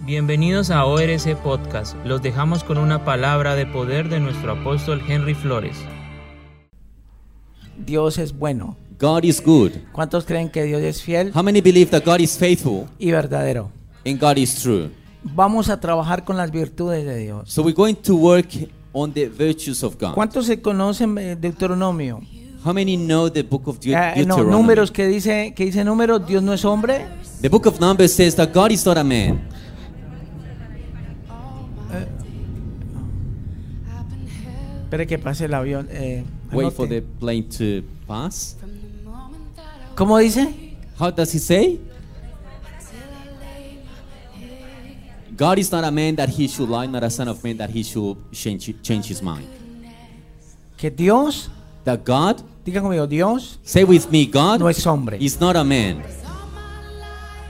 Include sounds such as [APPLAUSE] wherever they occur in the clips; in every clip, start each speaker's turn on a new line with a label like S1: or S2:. S1: Bienvenidos a ORC Podcast. Los dejamos con una palabra de poder de nuestro apóstol Henry Flores.
S2: Dios es bueno.
S3: God is good.
S2: ¿Cuántos creen que Dios es fiel
S3: How many believe that God is faithful
S2: y verdadero?
S3: and God is true?
S2: Vamos a trabajar con las virtudes de Dios.
S3: So we're going to work on the virtues of God.
S2: ¿Cuántos se conocen eh, Deuteronomio?
S3: How many know the book of Deut-
S2: Eh, no,
S3: Deuteronomy?
S2: números que dice, que dice números, Dios no es hombre.
S3: The book of Numbers says that God is not a man.
S2: Espere que pase el avión. eh,
S3: Wait
S2: anote.
S3: for the plane to pass.
S2: ¿Cómo dice?
S3: How does he say? God is not a man that he should lie, not a son of man that he should change, change his mind.
S2: Que Dios,
S3: That God,
S2: diga conmigo, Dios
S3: say with me, God
S2: no es hombre.
S3: is not a man.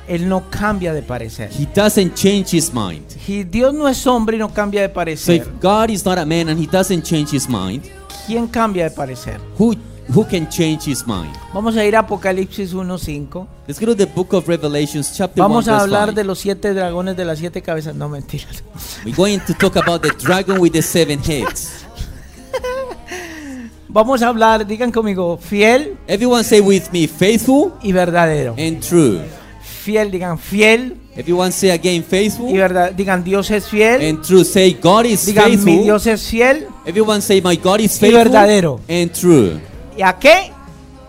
S2: Él no cambia de parecer.
S3: He doesn't change his mind.
S2: Si Dios no es hombre y no cambia de
S3: So
S2: parecer,
S3: if God is not a man and he doesn't change his mind,
S2: ¿quién cambia de parecer?
S3: who who can change his mind?
S2: Vamos a ir a Apocalipsis 1.5.
S3: Let's go to the book of Revelations chapter
S2: Vamos
S3: 1
S2: a
S3: verse
S2: hablar
S3: five.
S2: de los siete dragones de las siete cabezas. No, mentiras. [LAUGHS]
S3: We're going to talk about the dragon with the seven heads.
S2: Vamos a hablar, digan conmigo, fiel
S3: Everyone say with me faithful
S2: y verdadero.
S3: and true.
S2: Fiel, digan fiel
S3: Everyone say
S2: y
S3: again faithful
S2: verdadero. Digan Dios es fiel.
S3: and true. Say God is
S2: Digan mi
S3: faithful.
S2: Dios es fiel.
S3: Everyone say my God is
S2: Y
S3: faithful
S2: verdadero.
S3: and true.
S2: ¿Y a qué?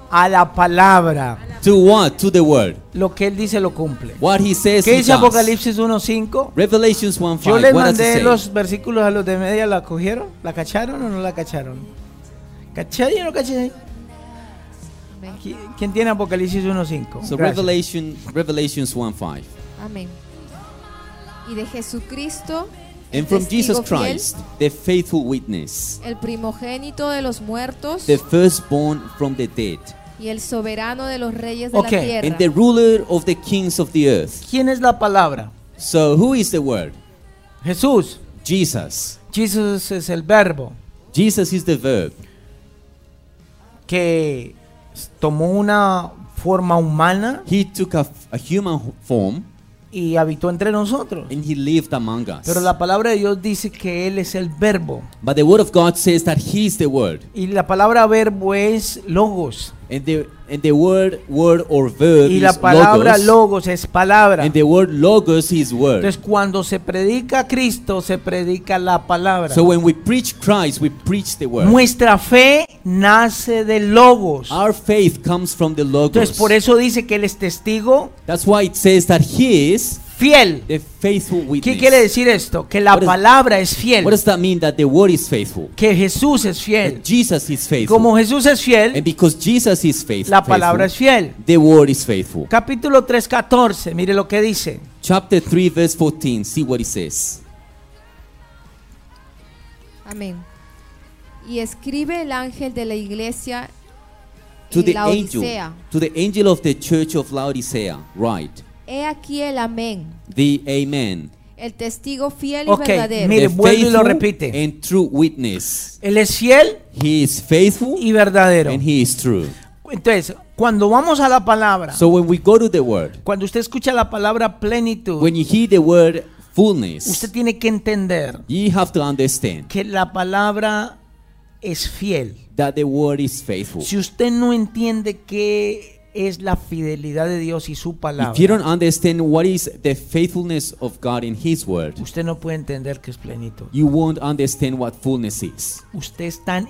S2: A la palabra.
S3: To what? To the word.
S2: Lo que él dice lo cumple.
S3: What he says
S2: ¿Qué
S3: he
S2: dice
S3: does.
S2: Apocalipsis 1.5?
S3: Revelations 1
S2: Yo
S3: 5.
S2: les
S3: What does it
S2: mandé
S3: say?
S2: los versículos a los de media, ¿la cogieron? ¿La cacharon o no la cacharon? ¿Cacharon o no cacharon? Aquí- ¿Quién tiene Apocalipsis 1.5?
S3: So
S2: Gracias.
S3: Revelation Revelations 1 5.
S4: Amén. Y de Jesucristo, el
S3: And from
S4: testigo
S3: Jesus
S4: fiel,
S3: Christ, the faithful witness,
S4: el primogénito de los muertos
S3: the firstborn from the dead,
S4: y el soberano de los reyes
S2: Ok,
S4: de la
S3: and the
S4: tierra.
S3: ruler of the kings of the earth.
S2: ¿Quién es la palabra?
S3: So, who is the word?
S2: Jesús.
S3: Jesus.
S2: Jesús es el verbo
S3: Jesus is the verb
S2: que tomó una forma humana
S3: He took a, a human form
S2: y habitó entre nosotros.
S3: and he lived among us.
S2: Pero la palabra de Dios dice que Él es el verbo.
S3: But the word of God says that he is the word,
S2: Y la palabra verbo es logos.
S3: and the and the word word or verb
S2: Y
S3: is
S2: la palabra
S3: logos,
S2: logos es palabra.
S3: and the word logos is word.
S2: Entonces cuando se predica a Cristo, se predica la palabra.
S3: So when we preach Christ, we preach the word.
S2: Nuestra fe nace de logos.
S3: Our faith comes from the
S2: Entonces
S3: logos.
S2: por eso dice que Él es testigo
S3: That's why it says that he is
S2: fiel.
S3: the faithful witness.
S2: ¿Qué quiere decir esto? Que la
S3: What is-
S2: palabra es fiel.
S3: What does that mean that the word is faithful?
S2: que Jesús es fiel.
S3: That Jesus is faithful.
S2: Como Jesús es
S3: and
S2: fiel,
S3: because Jesus is faith- faithful,
S2: la palabra es fiel.
S3: the word is faithful.
S2: Capítulo 3:14, mire lo que dice.
S3: Chapter 3 verse 14, see what it says.
S4: Amén. Y escribe el ángel de la iglesia
S3: To
S4: en
S3: the
S4: la
S3: angel,
S4: Odisea.
S3: to the angel of the church of Laodicea, right?
S4: He aquí el amén,
S3: The amen.
S4: el testigo fiel
S2: Ok,
S4: y verdadero.
S2: Mire,
S3: the
S2: vuelve y lo
S3: faithful
S2: repite.
S3: and true witness.
S2: Él es fiel
S3: He is faithful
S2: y verdadero.
S3: and he is true.
S2: Entonces, cuando vamos a la palabra,
S3: So when we go to the word,
S2: cuando usted escucha la palabra plenitud,
S3: when you hear the word fullness,
S2: usted tiene que entender
S3: you have to understand
S2: que la palabra es fiel.
S3: that the word is faithful.
S2: Si usted no entiende qué es la fidelidad de Dios y su palabra,
S3: If you don't understand what is the faithfulness of God in His Word,
S2: usted no puede entender que es plenitud.
S3: you won't understand what fullness is.
S2: Usted es tan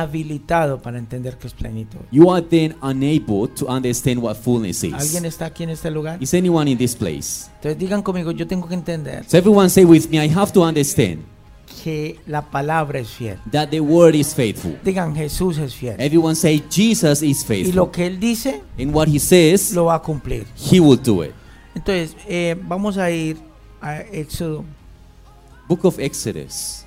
S2: inhabilitado para entender que es plenitud.
S3: You are then unable to understand what fullness
S2: ¿Alguien
S3: is.
S2: está aquí en este lugar?
S3: Is anyone in this place?
S2: Entonces digan conmigo, yo tengo que entender
S3: So everyone say with me, I have to understand
S2: que la palabra es fiel.
S3: that the Word is faithful.
S2: Digan, Jesús es fiel.
S3: Everyone say Jesus is
S2: Y lo
S3: faithful.
S2: que Él dice,
S3: And what He says,
S2: lo va a cumplir.
S3: He will do it.
S2: Entonces, eh, vamos a ir a Éxodo.
S3: Book of Exodus.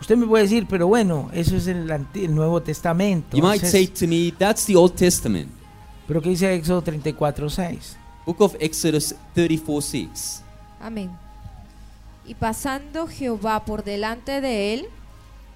S2: Usted me puede decir, pero bueno, eso es el, Anti- el Nuevo Testamento.
S3: You might
S2: Entonces,
S3: say to me, that's the Old Testament.
S2: pero ¿qué dice Éxodo 34, 6?
S3: Book of Exodus 34 6.
S4: Amén. Y pasando Jehová por delante de él,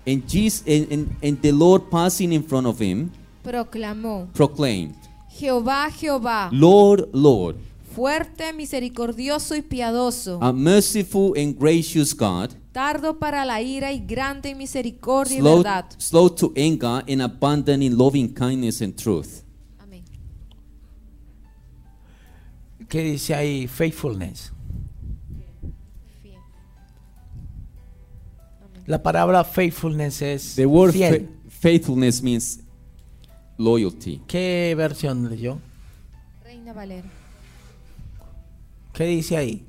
S3: And, Jesus, and, and, and the Lord passing in front of him
S4: proclamó,
S3: proclaimed,
S4: Jehová, Jehová,
S3: Lord, Lord,
S4: fuerte, misericordioso y piadoso,
S3: a merciful and gracious God,
S4: tardo para la ira y grande en misericordia y
S3: slow,
S4: verdad.
S3: slow to anger and abundant in loving kindness and truth.
S4: Amén.
S2: ¿Qué dice ahí? Faithfulness.
S4: Fiel.
S2: La palabra faithfulness es
S3: The word
S2: fiel.
S3: fa- faithfulness means loyalty.
S2: ¿Qué versión leyó?
S4: Reina Valera.
S2: ¿Qué dice ahí?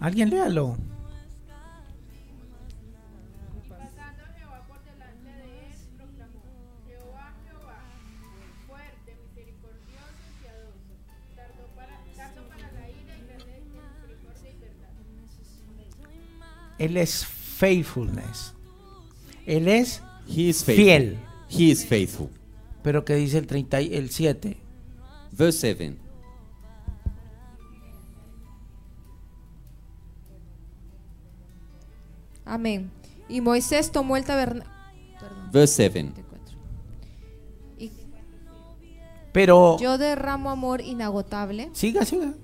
S2: Alguien léalo.
S5: Pasando Jehová por delante de él, proclamó, Jehová, Jehová, fuerte, misericordioso y piadoso, tardo para, tardo para la ira y grande en misericordia y verdad.
S2: Él es faithfulness. Él es,
S3: He is faithful.
S2: Fiel.
S3: He is faithful.
S2: pero que dice el 30 y- el 7.
S3: Verse 7.
S4: Amén. Y Moisés tomó el tabernáculo. Perdón.
S3: Verse 7.
S4: 24. Y
S2: Pero
S4: yo derramo amor inagotable
S2: siga, siga.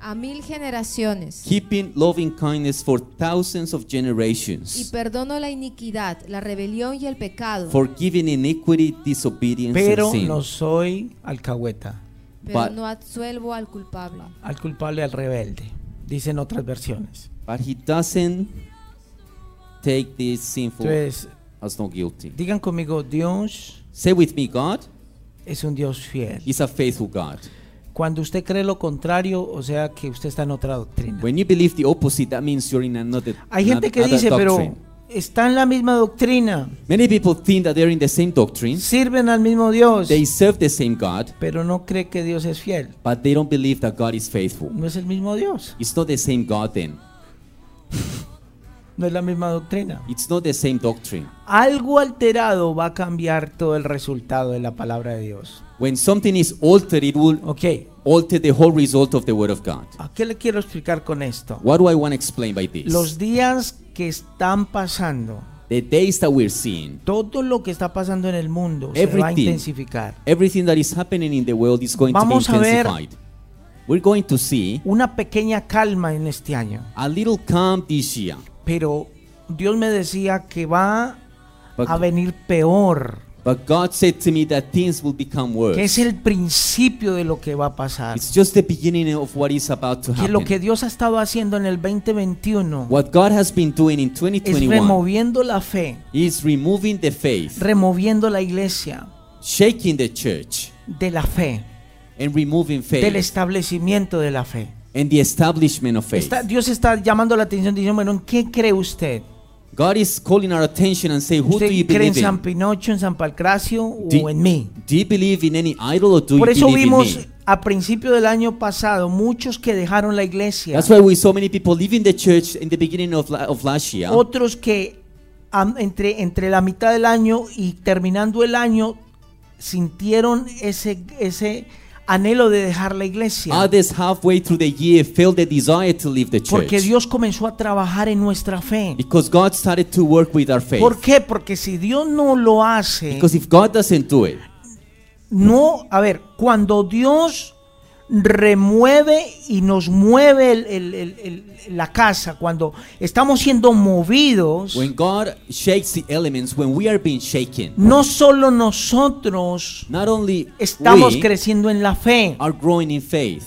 S4: a mil generaciones
S3: Keeping loving kindness for thousands of
S4: y
S3: generations.
S4: perdono la iniquidad, la rebelión y el pecado,
S3: Forgiving iniquity, disobedience,
S2: Pero
S3: and sin.
S2: no soy alcahueta,
S4: pero
S3: but-
S4: no absuelvo al culpable.
S2: al culpable, al rebelde, dicen otras versiones.
S3: But he doesn't take this sinful
S2: Entonces,
S3: as no guilty.
S2: digan conmigo, Dios
S3: Say with me, God
S2: es un Dios fiel.
S3: is a faithful God.
S2: Cuando usted cree lo contrario, o sea que usted está en otra doctrina.
S3: When you believe the opposite, that means you're in another,
S2: Hay gente que
S3: another
S2: dice, pero
S3: doctrine.
S2: está en la misma doctrina,
S3: Many people think that they're in the same doctrine.
S2: sirven al mismo Dios,
S3: They serve the same God,
S2: pero no cree que Dios es fiel.
S3: but they don't believe that God is faithful.
S2: No es el mismo Dios,
S3: It's not the same God then.
S2: no es la misma doctrina.
S3: It's not the same doctrine.
S2: Algo alterado va a cambiar todo el resultado de la palabra de Dios.
S3: When something is altered, it will
S2: Ok,
S3: alter the whole result of the Word of God.
S2: ¿a qué le quiero explicar con esto?
S3: What do I want to explain by this?
S2: Los días que están pasando,
S3: the days that we're seeing,
S2: todo lo que está pasando en el mundo se va a
S3: Everything.
S2: intensificar.
S3: everything that is happening in the world is going
S2: Vamos
S3: to
S2: a
S3: be
S2: ver-
S3: intensified. We're going to see
S2: Una pequeña calma en este año.
S3: a little calm this year.
S2: pero Dios me decía que va
S3: But,
S2: a venir peor,
S3: but God said to me that things will become worse.
S2: que es el principio de lo que va a pasar,
S3: It's just the beginning of what is about to
S2: que
S3: happen.
S2: lo que Dios ha estado haciendo en el 2021
S3: What God has been doing in
S2: es
S3: 2021
S2: removiendo la fe,
S3: is removing the faith,
S2: removiendo la iglesia
S3: shaking the church,
S2: de la fe,
S3: and removing
S2: del
S3: faith
S2: establecimiento de la fe.
S3: and the establishment of faith.
S2: Está- Dios está llamando la atención diciendo, bueno, ¿en qué cree usted?
S3: God is calling our attention and saying, Who
S2: ¿Usted
S3: do you
S2: cree en
S3: believe
S2: San
S3: in?
S2: Pinocho, en San Palcracio
S3: Do-
S2: o en mí?
S3: Do you believe in any idol or do
S2: Por
S3: you
S2: eso
S3: believe
S2: vimos
S3: in me?
S2: a principio del año pasado muchos que dejaron la iglesia.
S3: That's why we saw many people leaving the church in the beginning of, la- of last year.
S2: otros que am- entre, entre la mitad del año y terminando el año sintieron ese, ese anhelo de dejar la iglesia.
S3: Others halfway through the year felt the desire to leave the church.
S2: Porque Dios comenzó a trabajar en nuestra fe.
S3: Because God started to work with our faith.
S2: ¿Por qué? Porque si Dios no lo hace,
S3: Because if God doesn't do it,
S2: no, a ver, cuando Dios remueve y nos mueve el- el- el- el- la casa, cuando estamos siendo movidos,
S3: when God shakes the elements, when we are being shaken,
S2: no solo nosotros
S3: Not only
S2: estamos
S3: we
S2: creciendo en la fe,
S3: are growing in faith,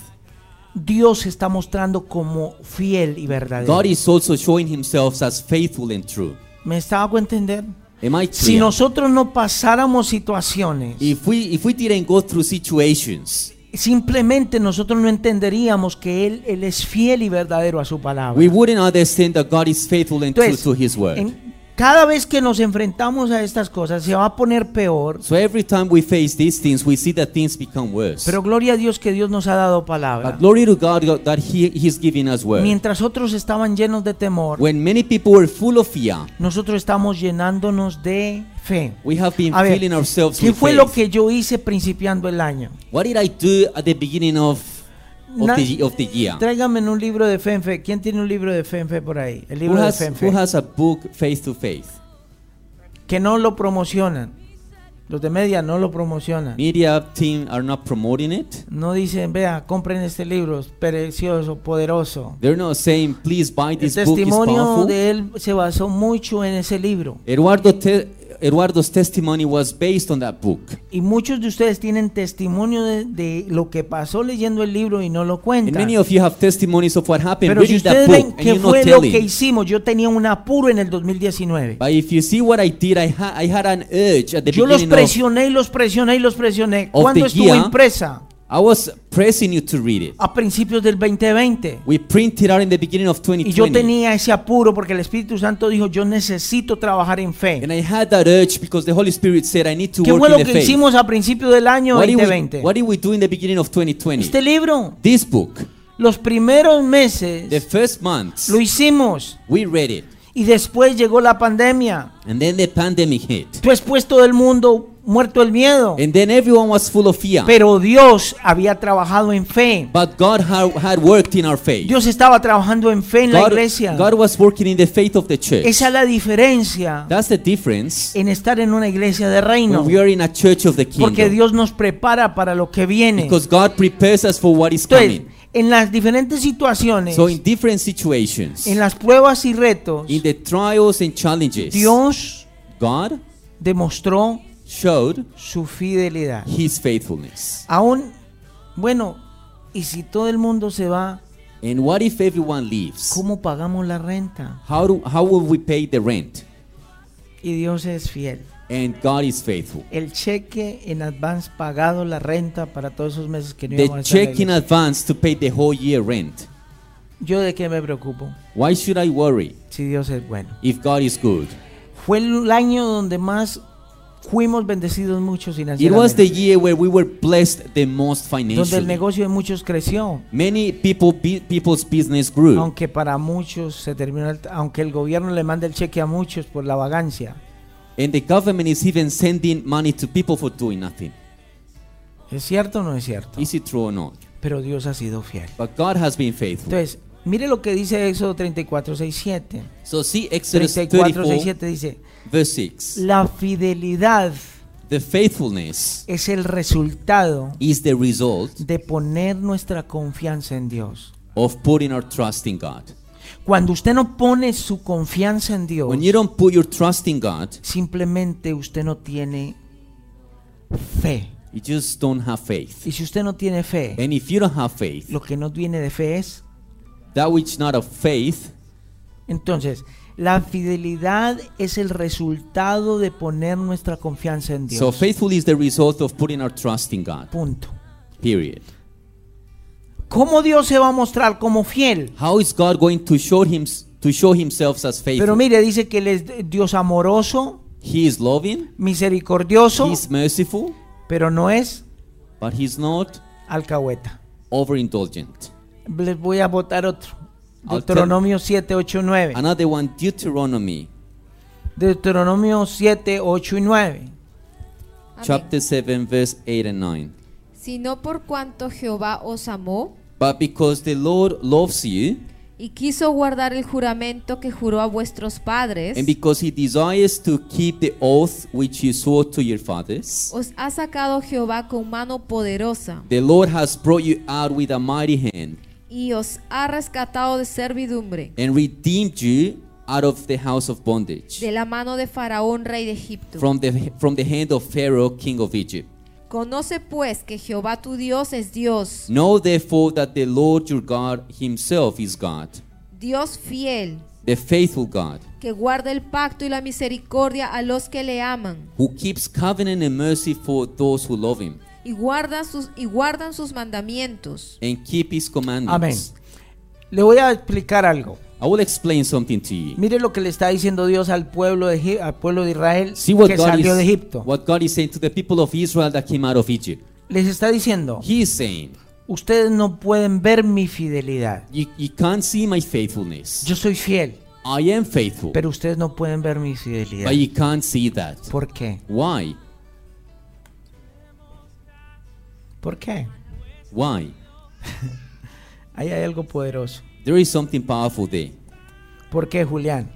S2: Dios se está mostrando como fiel y verdadero.
S3: God is also showing himself as faithful and true.
S2: ¿Me está hago entender?
S3: Am I
S2: Si
S3: clear?
S2: nosotros no pasáramos situaciones,
S3: if we if we didn't go through situations,
S2: simplemente nosotros no entenderíamos que Él, Él es fiel y verdadero a su palabra.
S3: we wouldn't understand that God is faithful and true
S2: Entonces,
S3: to his word.
S2: en- cada vez que nos enfrentamos a estas cosas, se va a poner peor.
S3: so every time we face these things, we see that things become worse.
S2: Pero gloria a Dios que Dios nos ha dado
S3: but
S2: palabra.
S3: glory to God God, that he, He's giving us word.
S2: Mientras otros estaban llenos de temor,
S3: when many people were full of fear,
S2: nosotros estamos llenándonos de fe.
S3: we have been
S2: A ver,
S3: filling ourselves
S2: ¿qué
S3: with
S2: fue
S3: faith.
S2: lo que yo hice principiando el año?
S3: what did I do at the beginning of of,
S2: Na-
S3: the, of the year?
S2: Tráigame un libro de Fenfe. ¿Quién tiene un libro de Fenfe por ahí? El
S3: Who
S2: libro de
S3: has, who
S2: Fenfe.
S3: has a book, Faith to Faith?
S2: ¿Qué que no lo promocionan. Los de media no lo promocionan.
S3: Media team are not promoting it.
S2: No dicen, vea, compren este libro, es precioso, poderoso.
S3: They're not saying, please buy
S2: El
S3: this book, it's
S2: testimonio
S3: powerful.
S2: de él se basó mucho en ese libro.
S3: Eduardo te- Eduardo's testimony was based on that book.
S2: Y muchos de ustedes tienen testimonio de, de lo que pasó leyendo el libro y no lo
S3: And
S2: cuentan.
S3: many of you have testimonies of what happened
S2: Pero si
S3: reading
S2: ustedes
S3: that
S2: ven
S3: book and
S2: que
S3: you're not
S2: fue lo que
S3: telling.
S2: hicimos, yo tenía un apuro en el 2019.
S3: But if you see what I did, I, ha- I had an urge at the
S2: Yo los
S3: beginning of
S2: presioné y los presioné y los presioné.
S3: of
S2: ¿Cuándo
S3: the
S2: estuvo
S3: year,
S2: impresa?
S3: I was pressing you to read it.
S2: A principios del 2020.
S3: We printed out in the beginning of
S2: Y yo
S3: 2020.
S2: tenía ese apuro porque el Espíritu Santo dijo, yo necesito trabajar en fe.
S3: And I had that urge because the Holy Spirit said I need to
S2: ¿Qué
S3: work
S2: fue lo
S3: in the
S2: que
S3: faith.
S2: hicimos a principios del año
S3: what, did we,
S2: 2020?
S3: what did we do in the beginning of 2020?
S2: Este libro,
S3: this book,
S2: los primeros
S3: the
S2: meses
S3: first month,
S2: lo hicimos
S3: we read it.
S2: y después llegó la pandemia.
S3: And then the pandemic hit.
S2: Después todo el mundo muerto el miedo.
S3: And then everyone was full of fear.
S2: Pero Dios había trabajado en fe.
S3: But God ha- had worked in our faith.
S2: Dios estaba trabajando en fe en la
S3: God,
S2: iglesia.
S3: God was working in the faith of the church.
S2: Esa es la diferencia
S3: That's the difference
S2: en estar en una iglesia de
S3: when
S2: reino.
S3: we are in a church of the kingdom.
S2: Porque Dios nos prepara para lo que viene.
S3: because God prepares us for what is
S2: Entonces,
S3: coming.
S2: en las diferentes situaciones,
S3: So in different situations,
S2: en las pruebas y retos,
S3: in the trials and challenges,
S2: Dios
S3: God
S2: demostró
S3: showed
S2: su fidelidad.
S3: his faithfulness.
S2: Aún, bueno, y si todo el mundo se va,
S3: And what if everyone leaves?
S2: ¿cómo pagamos la renta?
S3: How, do, how will we pay the rent?
S2: Y Dios es fiel.
S3: And God is faithful.
S2: El cheque en advance pagado la renta para todos esos meses que no íbamos a estar
S3: The
S2: en la
S3: check in
S2: iglesia.
S3: advance to pay the whole year rent.
S2: Yo de qué me preocupo
S3: Why should I worry
S2: si Dios es bueno.
S3: if God is good?
S2: Fue el año donde más fuimos bendecidos muchos
S3: It was the
S2: financieramente.
S3: year where we were blessed the most
S2: Donde el
S3: financially.
S2: negocio de muchos creció.
S3: Many people bu- people's business grew.
S2: Aunque para muchos se terminó, el- aunque el gobierno le manda el cheque a muchos por la vagancia.
S3: And the government is even sending money to people for doing nothing.
S2: ¿Es cierto o no es cierto?
S3: Is it true or not?
S2: Pero Dios ha sido fiel.
S3: But God has been faithful.
S2: Entonces, mire lo que dice Éxodo 34, 6, 7.
S3: So see Exodus
S2: 34, 6,
S3: 34
S2: 7 dice,
S3: verse 6.
S2: la fidelidad
S3: The faithfulness
S2: es el resultado
S3: is the result
S2: de poner nuestra confianza en Dios.
S3: of putting our trust in God.
S2: Cuando usted no pone su confianza en Dios,
S3: When you don't put your trust in God,
S2: simplemente usted no tiene fe.
S3: you just don't have faith.
S2: Y si usted no tiene fe,
S3: And if you don't have faith,
S2: lo que no viene de fe es
S3: that which not of faith,
S2: Entonces, la fidelidad es el resultado de poner nuestra confianza en Dios.
S3: so faithful is the result of putting our trust in God.
S2: Punto.
S3: Period.
S2: ¿Cómo Dios se va a mostrar como fiel?
S3: How is God going to show him to show himself as
S2: Pero
S3: faithful?
S2: mire, dice que Él es Dios amoroso,
S3: He is loving,
S2: misericordioso,
S3: he's merciful,
S2: pero no es
S3: but he's not
S2: alcahueta.
S3: overindulgent.
S2: Les voy a votar otro.
S3: Al-
S2: Deuteronomio 7, 8 y 9.
S3: Another one, Deuteronomy
S2: Deuteronomio 7, 8 y 9.
S4: Amén.
S3: chapter 7, verse 8 and 9.
S4: Sino por cuanto Jehová os amó
S3: But because the Lord loves you,
S4: y quiso guardar el juramento que juró a vuestros padres,
S3: and because he desires to keep the oath which he swore to your fathers,
S4: os ha sacado Jehová con mano poderosa
S3: the Lord has brought you out with a mighty hand
S4: y os ha rescatado de servidumbre,
S3: and redeemed you out of the house of bondage,
S4: de la mano de Faraón, rey de Egipto.
S3: from the, from the hand of Pharaoh, king of Egypt.
S4: Conoce pues que Jehová tu Dios es Dios,
S3: Know therefore that the Lord your God himself is God,
S4: Dios fiel,
S3: the faithful God,
S4: que guarda el pacto y la misericordia a los que le aman
S3: who keeps covenant and mercy for those who love him
S4: y guardan sus, y guardan sus mandamientos.
S3: and keep his
S2: Amén.
S3: commandments.
S2: Le voy a explicar algo.
S3: I will explain something to you.
S2: Mire lo que le está diciendo Dios al pueblo de, Egi- al pueblo de Israel
S3: See what
S2: que
S3: God,
S2: salió de
S3: is,
S2: Egipto.
S3: what God is saying to the people of Israel that came out of Egypt.
S2: Les está diciendo,
S3: He is saying,
S2: ustedes no pueden ver mi fidelidad.
S3: you, you can't see my faithfulness.
S2: Yo soy fiel,
S3: I am faithful,
S2: pero ustedes no pueden ver mi fidelidad.
S3: but you can't see that.
S2: ¿Por qué?
S3: Why?
S2: ¿Por qué?
S3: Why?
S2: Ahí hay algo poderoso.
S3: There is something powerful there.
S2: ¿Por qué, Julián?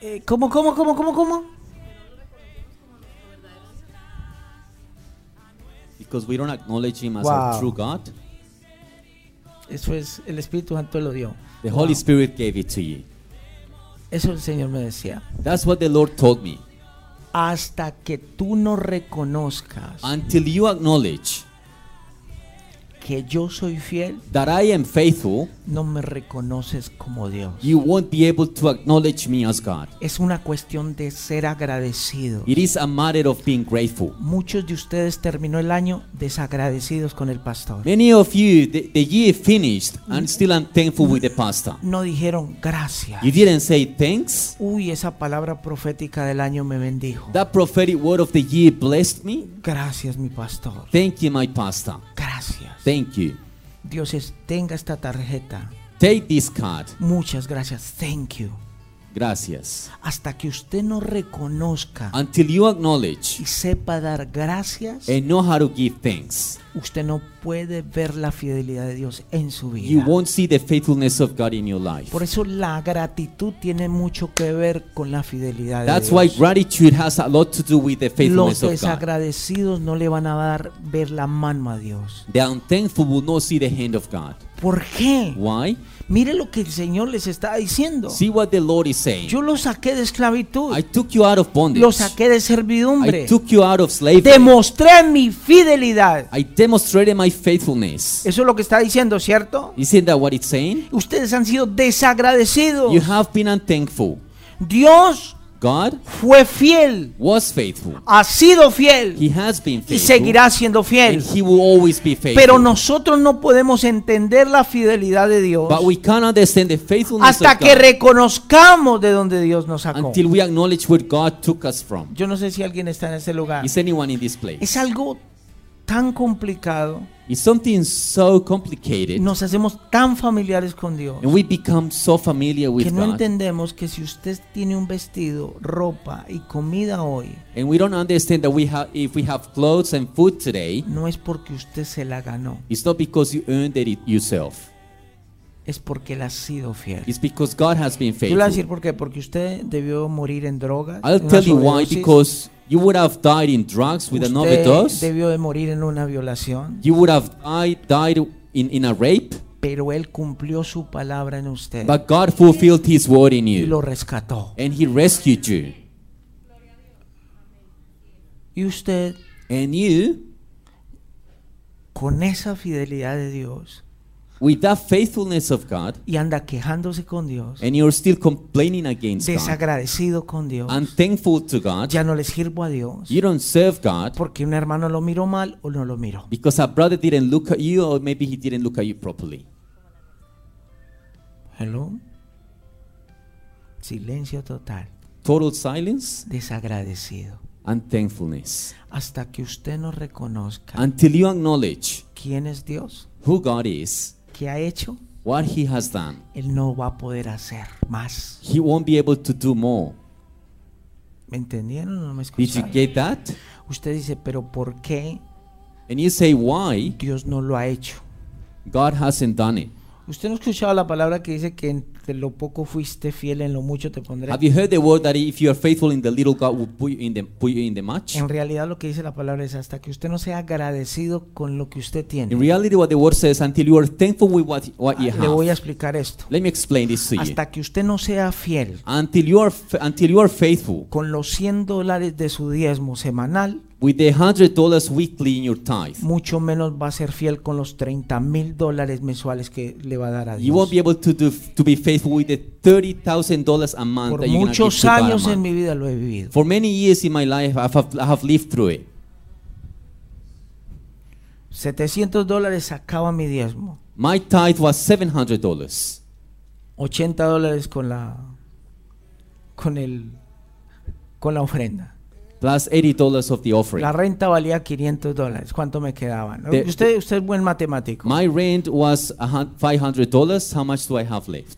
S2: Eh, ¿Cómo, cómo, cómo, cómo, cómo?
S3: because we don't acknowledge him as our
S2: Wow.
S3: true God.
S2: Eso es, el Espíritu Santo lo dio.
S3: The Holy Spirit gave it to you.
S2: Eso el Señor me decía.
S3: That's what the Lord told me.
S2: Hasta que tú no reconozcas
S3: Until you acknowledge
S2: que yo soy fiel,
S3: that I am faithful,
S2: no me reconoces como Dios.
S3: you won't be able to acknowledge me as God.
S2: Es una cuestión de ser agradecido.
S3: It is a matter of being grateful.
S2: Muchos de ustedes terminó el año desagradecidos con el pastor.
S3: Many of you, the, the year finished and still unthankful with the pastor.
S2: No dijeron gracias.
S3: You didn't say thanks.
S2: Uy, esa palabra profética del año me bendijo.
S3: That prophetic word of the year blessed me.
S2: Gracias, mi pastor.
S3: Thank you, my pastor.
S2: Gracias.
S3: Thank you.
S2: Dios es, tenga esta tarjeta.
S3: Take this card.
S2: Muchas gracias. Thank you.
S3: Gracias.
S2: Hasta que usted no reconozca
S3: Until you acknowledge
S2: y sepa dar gracias,
S3: and know how to give thanks,
S2: usted no puede ver la fidelidad de Dios en su
S3: you
S2: vida.
S3: won't see the faithfulness of God in your life.
S2: Por eso la gratitud tiene mucho que ver con la fidelidad de
S3: That's why
S2: Dios.
S3: gratitude has a lot to do with the
S2: Los
S3: faithfulness of God.
S2: desagradecidos no le van a dar ver la mano a Dios.
S3: The unthankful will not see the hand of God.
S2: ¿Por qué?
S3: Why?
S2: Mire lo que el Señor les está diciendo.
S3: See what the Lord is saying.
S2: Oh. Yo los saqué de esclavitud.
S3: I took you out of bondage.
S2: Los saqué de
S3: I
S2: servidumbre.
S3: took you out of slavery.
S2: Demostré mi fidelidad.
S3: I demonstrated my faithfulness.
S2: Eso es lo que está diciendo, ¿cierto?
S3: Isn't that what it's saying?
S2: Ustedes han sido desagradecidos.
S3: You have been unthankful.
S2: Dios
S3: God
S2: fue fiel,
S3: was faithful.
S2: ha sido
S3: He
S2: fiel
S3: has been
S2: y
S3: faithful.
S2: seguirá siendo
S3: And
S2: fiel.
S3: he will always be faithful.
S2: Pero nosotros no podemos entender la fidelidad de Dios
S3: But we can't understand the faithfulness
S2: hasta
S3: of
S2: que
S3: God
S2: reconozcamos de donde Dios nos sacó.
S3: until we acknowledge where God took us from.
S2: Yo no sé si alguien está en ese lugar.
S3: Is anyone in this place?
S2: Es algo tan complicado.
S3: It's something so complicated,
S2: Nos hacemos tan familiares con Dios.
S3: and we become so
S2: que
S3: familiar with
S2: no
S3: God,
S2: entendemos que si usted tiene un vestido, ropa y comida hoy,
S3: and we don't understand that we have if we have clothes and food today,
S2: no es porque usted se la ganó,
S3: it's not because you earned it yourself.
S2: es porque él ha sido fiel.
S3: It's because God has been
S2: Yo le voy a decir
S3: faithful.
S2: por qué, porque usted debió morir en drogas.
S3: I'll
S2: en una
S3: tell you why.
S2: sobredosis.
S3: Because you would have died in drugs with an
S2: Usted
S3: overdose.
S2: debió de morir en una violación,
S3: You would have died died in, in a rape.
S2: pero él cumplió su palabra en usted
S3: But God fulfilled His word in
S2: y
S3: you.
S2: Eh. lo rescató.
S3: and he rescued you.
S2: Y usted,
S3: And you,
S2: con esa fidelidad de Dios,
S3: with that faithfulness of God,
S2: y anda quejándose con Dios,
S3: and you're still complaining against God,
S2: desagradecido con Dios,
S3: unthankful to God,
S2: ya no le sirvo a Dios.
S3: you don't serve God
S2: porque un hermano lo miró mal o no lo miró.
S3: because a brother didn't look at you, or maybe he didn't look at you properly.
S2: Hello. Silencio total,
S3: Total silence,
S2: desagradecido,
S3: unthankfulness.
S2: hasta que usted no reconozca
S3: Until you acknowledge
S2: quién es Dios,
S3: who God is,
S2: qué ha hecho,
S3: what He has done,
S2: él no va a poder hacer más.
S3: He won't be able to do more.
S2: ¿Me entendieron o no me
S3: Did you
S2: escucharon?
S3: get that?
S2: Usted dice, pero ¿por qué
S3: And you say, why
S2: Dios no lo ha hecho?
S3: God hasn't done it?
S2: ¿Usted no ha escuchado la palabra que dice que entre lo poco fuiste fiel, en lo mucho te pondré?
S3: Have you heard the word that if you are faithful in the little, God will put you in the put you in the much?
S2: En realidad lo que dice la palabra es hasta que usted no sea agradecido con lo que usted
S3: In
S2: tiene.
S3: reality, what the word says, until you are thankful with what what you
S2: Le voy a
S3: have.
S2: explicar esto.
S3: Let me explain this to you.
S2: Hasta que usted no sea fiel
S3: Until you are f- until you are faithful
S2: con los 100 dólares de su diezmo semanal,
S3: with the hundred dollars weekly in your tithe,
S2: mucho menos va a ser fiel con los 30 mil dólares mensuales que le va a dar a
S3: you won't
S2: Dios.
S3: be able to do to be faithful with the thirty thousand dollars a month
S2: Por
S3: that you're gonna give
S2: muchos
S3: to God a
S2: años en
S3: month.
S2: mi vida lo he vivido.
S3: For many years in my life, I have, I have lived through it.
S2: 700 dólares sacaba mi diezmo,
S3: My tithe was seven hundred dollars,
S2: 80 dólares con la con el con la ofrenda.
S3: plus eighty dollars of the offering.
S2: La renta valía 500 dólares. ¿Cuánto me quedaban?
S3: De-
S2: Usted, usted es buen matemático.
S3: My rent was a hun- $500. How much do I have left?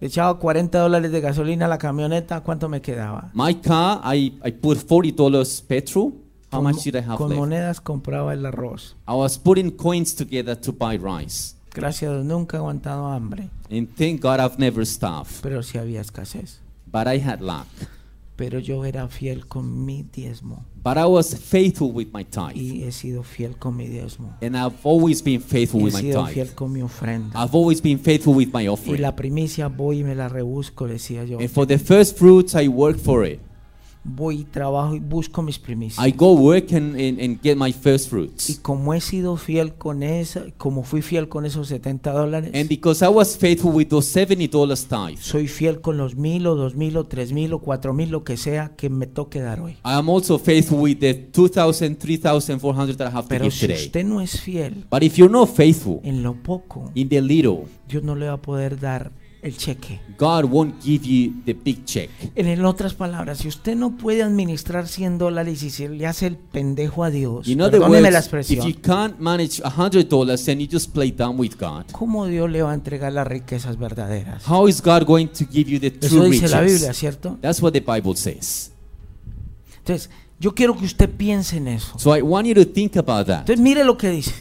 S2: Le echaba 40 dólares de gasolina a la camioneta. ¿Cuánto me quedaba?
S3: My car, I, I put $40 petrol. How
S2: Con
S3: much
S2: mo-
S3: did I have
S2: con
S3: left?
S2: monedas compraba el arroz.
S3: I was putting coins together to buy rice.
S2: Gracias a Dios nunca he aguantado hambre,
S3: And thank God I've never starved.
S2: pero sí había escasez.
S3: but I had lack.
S2: pero yo era fiel con mi diezmo
S3: But I was faithful with my tithe.
S2: y he sido fiel con mi diezmo.
S3: And I've always been faithful
S2: Y he
S3: with my
S2: sido fiel
S3: tithe.
S2: con mi ofrenda.
S3: I've always been faithful with my
S2: Y
S3: offering.
S2: la primicia voy y me la rebusco, decía yo.
S3: And for the first fruits, I work for it.
S2: Voy y trabajo y busco mis primicias.
S3: I go work and, and, and get my first
S2: Y
S3: fruits.
S2: como he sido fiel con esa, como fui fiel con esos 70 dólares,
S3: And because I was faithful with those $70 tithe,
S2: soy fiel con los mil o dos mil o tres mil o cuatro mil, lo que sea que me toque dar hoy.
S3: I am also faithful with the 2,000, 3,400 that I have to
S2: Pero
S3: give
S2: si
S3: today.
S2: usted no es fiel
S3: But if you're not faithful
S2: en lo poco,
S3: in the little,
S2: Dios no le va a poder dar el cheque.
S3: God won't give you the big check.
S2: En, en otras palabras, si usted no puede administrar 100 dólares y se le hace el pendejo a Dios,
S3: In other
S2: perdóneme la
S3: words, if
S2: expresión,
S3: you can't manage $100 and you just play dumb with God,
S2: ¿cómo Dios le va a entregar las riquezas verdaderas?
S3: how is God going to give you the
S2: Eso
S3: true
S2: dice la Biblia,
S3: riches?
S2: ¿cierto?
S3: That's what the Bible says.
S2: Entonces, yo quiero que usted piense en eso.
S3: So I want you to think about that.
S2: Entonces, mire lo que dice.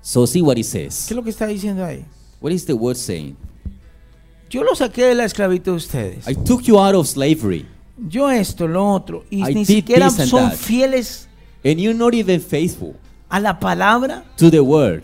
S3: So see what it
S2: ¿Qué es
S3: says.
S2: lo que está diciendo ahí?
S3: What is the word saying?
S2: Yo lo saqué de la esclavitud de ustedes.
S3: I took you out of slavery,
S2: Yo esto, lo otro. Y
S3: I
S2: ni
S3: did
S2: siquiera
S3: this and
S2: son
S3: that.
S2: fieles
S3: and you're not even faithful
S2: a la palabra
S3: to the word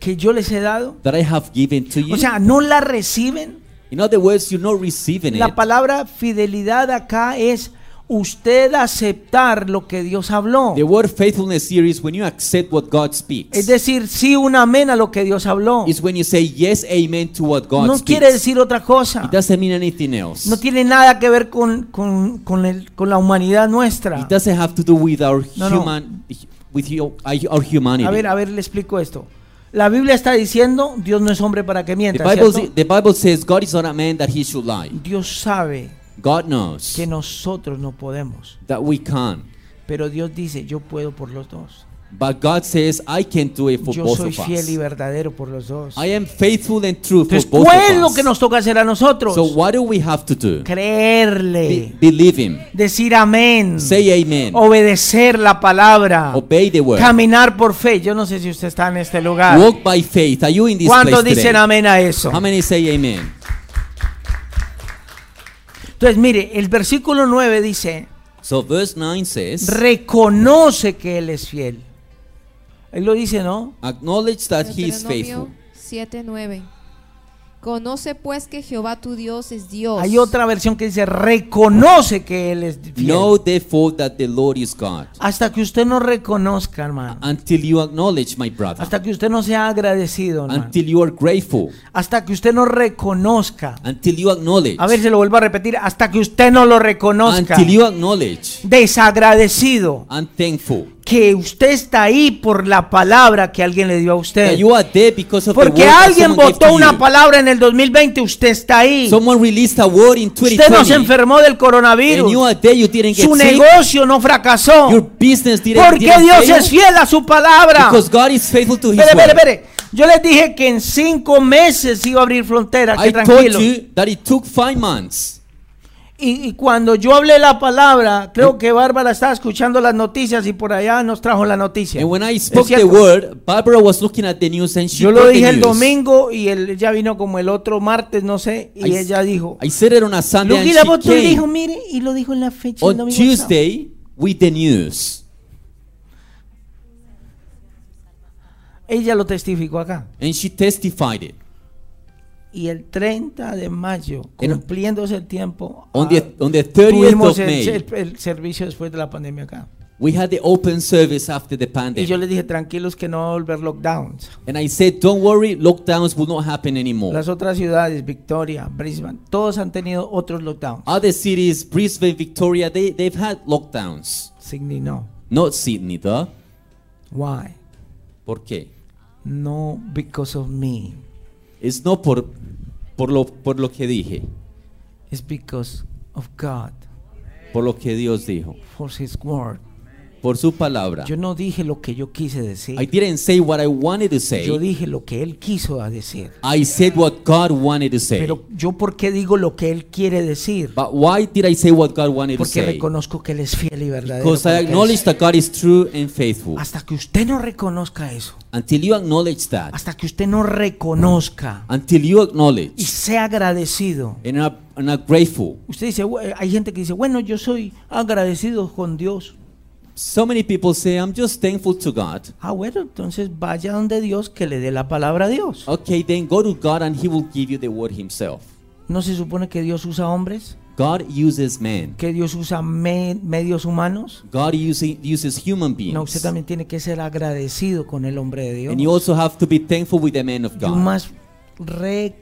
S2: que yo les he dado.
S3: that I have given to you.
S2: O sea, no la reciben.
S3: In other words, you're not receiving it.
S2: La palabra fidelidad acá es usted aceptar lo que Dios habló.
S3: The word faithfulness here is when you accept what God speaks.
S2: Es decir, sí, un amén a lo que Dios habló.
S3: It's when you say yes, amen to what God
S2: No
S3: speaks.
S2: quiere decir otra cosa.
S3: It doesn't mean anything else.
S2: No tiene nada que ver con, con, con el- con la humanidad nuestra.
S3: It doesn't have to do with our
S2: No, no.
S3: human, with your, our humanity.
S2: A ver, a ver, le explico esto. La Biblia está diciendo, Dios no es hombre para que
S3: the
S2: mienta.
S3: Bible,
S2: ¿cierto?
S3: the Bible says God is not a man that he should lie.
S2: Dios sabe
S3: God knows
S2: que nosotros no podemos,
S3: that we can,
S2: pero Dios dice, yo puedo por los dos.
S3: but God says I can do it for
S2: Yo
S3: both
S2: soy
S3: of
S2: fiel y
S3: us.
S2: verdadero por los dos.
S3: I am faithful and true for
S2: Entonces,
S3: both
S2: ¿cuál es lo
S3: of
S2: que
S3: us.
S2: nos toca hacer a nosotros?
S3: So what do we have to do? Be-
S2: Creerle,
S3: believe Him.
S2: decir amén,
S3: Say amen.
S2: obedecer la palabra,
S3: Obey the word.
S2: Ah. caminar por fe. Yo no sé si usted está en este lugar.
S3: Walk by faith. Are you in this
S2: ¿Cuántos
S3: place
S2: dicen
S3: today?
S2: amén a eso?
S3: How many say amen?
S2: Entonces, mire, el versículo 9 dice,
S3: So verse 9 says,
S2: reconoce que Él es fiel. Él lo dice, ¿no?
S3: acknowledge that he is faithful.
S4: Deuteronomio 7:9. Conoce pues que Jehová tu Dios es Dios.
S2: Hay otra versión que dice, reconoce que Él es fiel.
S3: Know therefore that the Lord is God.
S2: Hasta que usted no reconozca, hermano.
S3: Until you acknowledge, my brother.
S2: Hasta que usted no sea agradecido, hermano.
S3: Until you are grateful.
S2: Hasta que usted no reconozca.
S3: Until you acknowledge.
S2: A ver, se lo vuelvo a repetir. Hasta que usted no lo reconozca.
S3: Until you acknowledge.
S2: Desagradecido.
S3: and thankful.
S2: Que usted está ahí por la palabra que alguien le dio a
S3: That
S2: usted.
S3: you are there because of the
S2: Porque
S3: word that
S2: alguien
S3: someone gave
S2: votó
S3: to
S2: una
S3: you.
S2: palabra en el 2020, usted está ahí.
S3: Someone released a word in
S2: Usted no se
S3: 2020.
S2: enfermó del
S3: and you
S2: coronavirus.
S3: are there, you didn't get
S2: Su
S3: sick.
S2: negocio no fracasó.
S3: Your business didn't,
S2: Porque
S3: didn't
S2: Dios
S3: fail.
S2: es fiel a su palabra.
S3: Because God is faithful to his
S2: Espere, espere,
S3: word.
S2: espere. Yo les dije que en cinco meses iba a abrir fronteras.
S3: I
S2: Que
S3: told
S2: tranquilo.
S3: you that it took five months.
S2: Y, y cuando yo hablé la palabra,
S3: Eh.
S2: creo que Bárbara estaba escuchando las noticias y por allá nos trajo la noticia.
S3: And when I
S2: ¿Es
S3: spoke the
S2: cierto?
S3: word, Barbara was looking at the news and she
S2: yo lo
S3: got the
S2: dije el
S3: news.
S2: domingo y él ya vino como el otro martes, no sé, y
S3: I-
S2: ella dijo.
S3: I said it on a Sunday
S2: Luqui la
S3: and
S2: votó
S3: she
S2: y dijo,
S3: came
S2: mire, y lo dijo en la fecha. el
S3: on
S2: domingo pasado.
S3: Tuesday with the news.
S2: Ella lo testificó acá.
S3: And she testified it.
S2: Y el 30 de mayo,
S3: En-
S2: cumpliéndose el tiempo,
S3: On
S2: ah,
S3: the, on the 30th
S2: tuvimos
S3: of
S2: el,
S3: May,
S2: el- el servicio después de la pandemia acá.
S3: we had the open service after the
S2: Y yo
S3: pandemic.
S2: les dije, tranquilos que no va a volver lockdowns.
S3: And I said, don't worry, lockdowns will not happen anymore.
S2: Las otras ciudades, Victoria, Brisbane, todos han tenido otros lockdowns.
S3: Other cities, Brisbane, Victoria, they, they've had lockdowns.
S2: Sydney no.
S3: Not Sydney, though.
S2: Why?
S3: ¿Por qué?
S2: No because of me.
S3: Es no por, por, lo, por lo que dije,
S2: It's because of God
S3: por lo que Dios dijo,
S2: for his word.
S3: por su palabra.
S2: Yo no dije lo que yo quise
S3: I
S2: decir.
S3: didn't say what I wanted to say.
S2: Yo dije lo que él quiso a decir.
S3: I said what God wanted to say.
S2: Pero yo por qué digo lo que él quiere decir?
S3: But why did I say what God wanted to
S2: Porque
S3: say?
S2: reconozco que él es fiel y verdadero.
S3: Because
S2: con
S3: I
S2: lo que
S3: acknowledge
S2: dice.
S3: that God is true and faithful.
S2: Hasta que usted no reconozca eso,
S3: Until you acknowledge that,
S2: hasta que usted no reconozca
S3: until you
S2: y
S3: acknowledge
S2: sea agradecido.
S3: and are, and are grateful.
S2: Usted dice, "Bue- hay gente que dice, bueno, yo soy agradecido con Dios.
S3: So many people say, I'm just thankful to God.
S2: Ah, bueno, entonces vaya donde Dios que le dé la palabra a Dios.
S3: Okay, then go to God and He will give you the word Himself.
S2: ¿No se supone que Dios usa hombres?
S3: God uses man.
S2: ¿Que Dios usa me- medios humanos?
S3: God using, uses human
S2: No, usted
S3: beings.
S2: también tiene que ser agradecido con el hombre de Dios.
S3: And you also have to be thankful with the man of
S2: Y
S3: God.
S2: más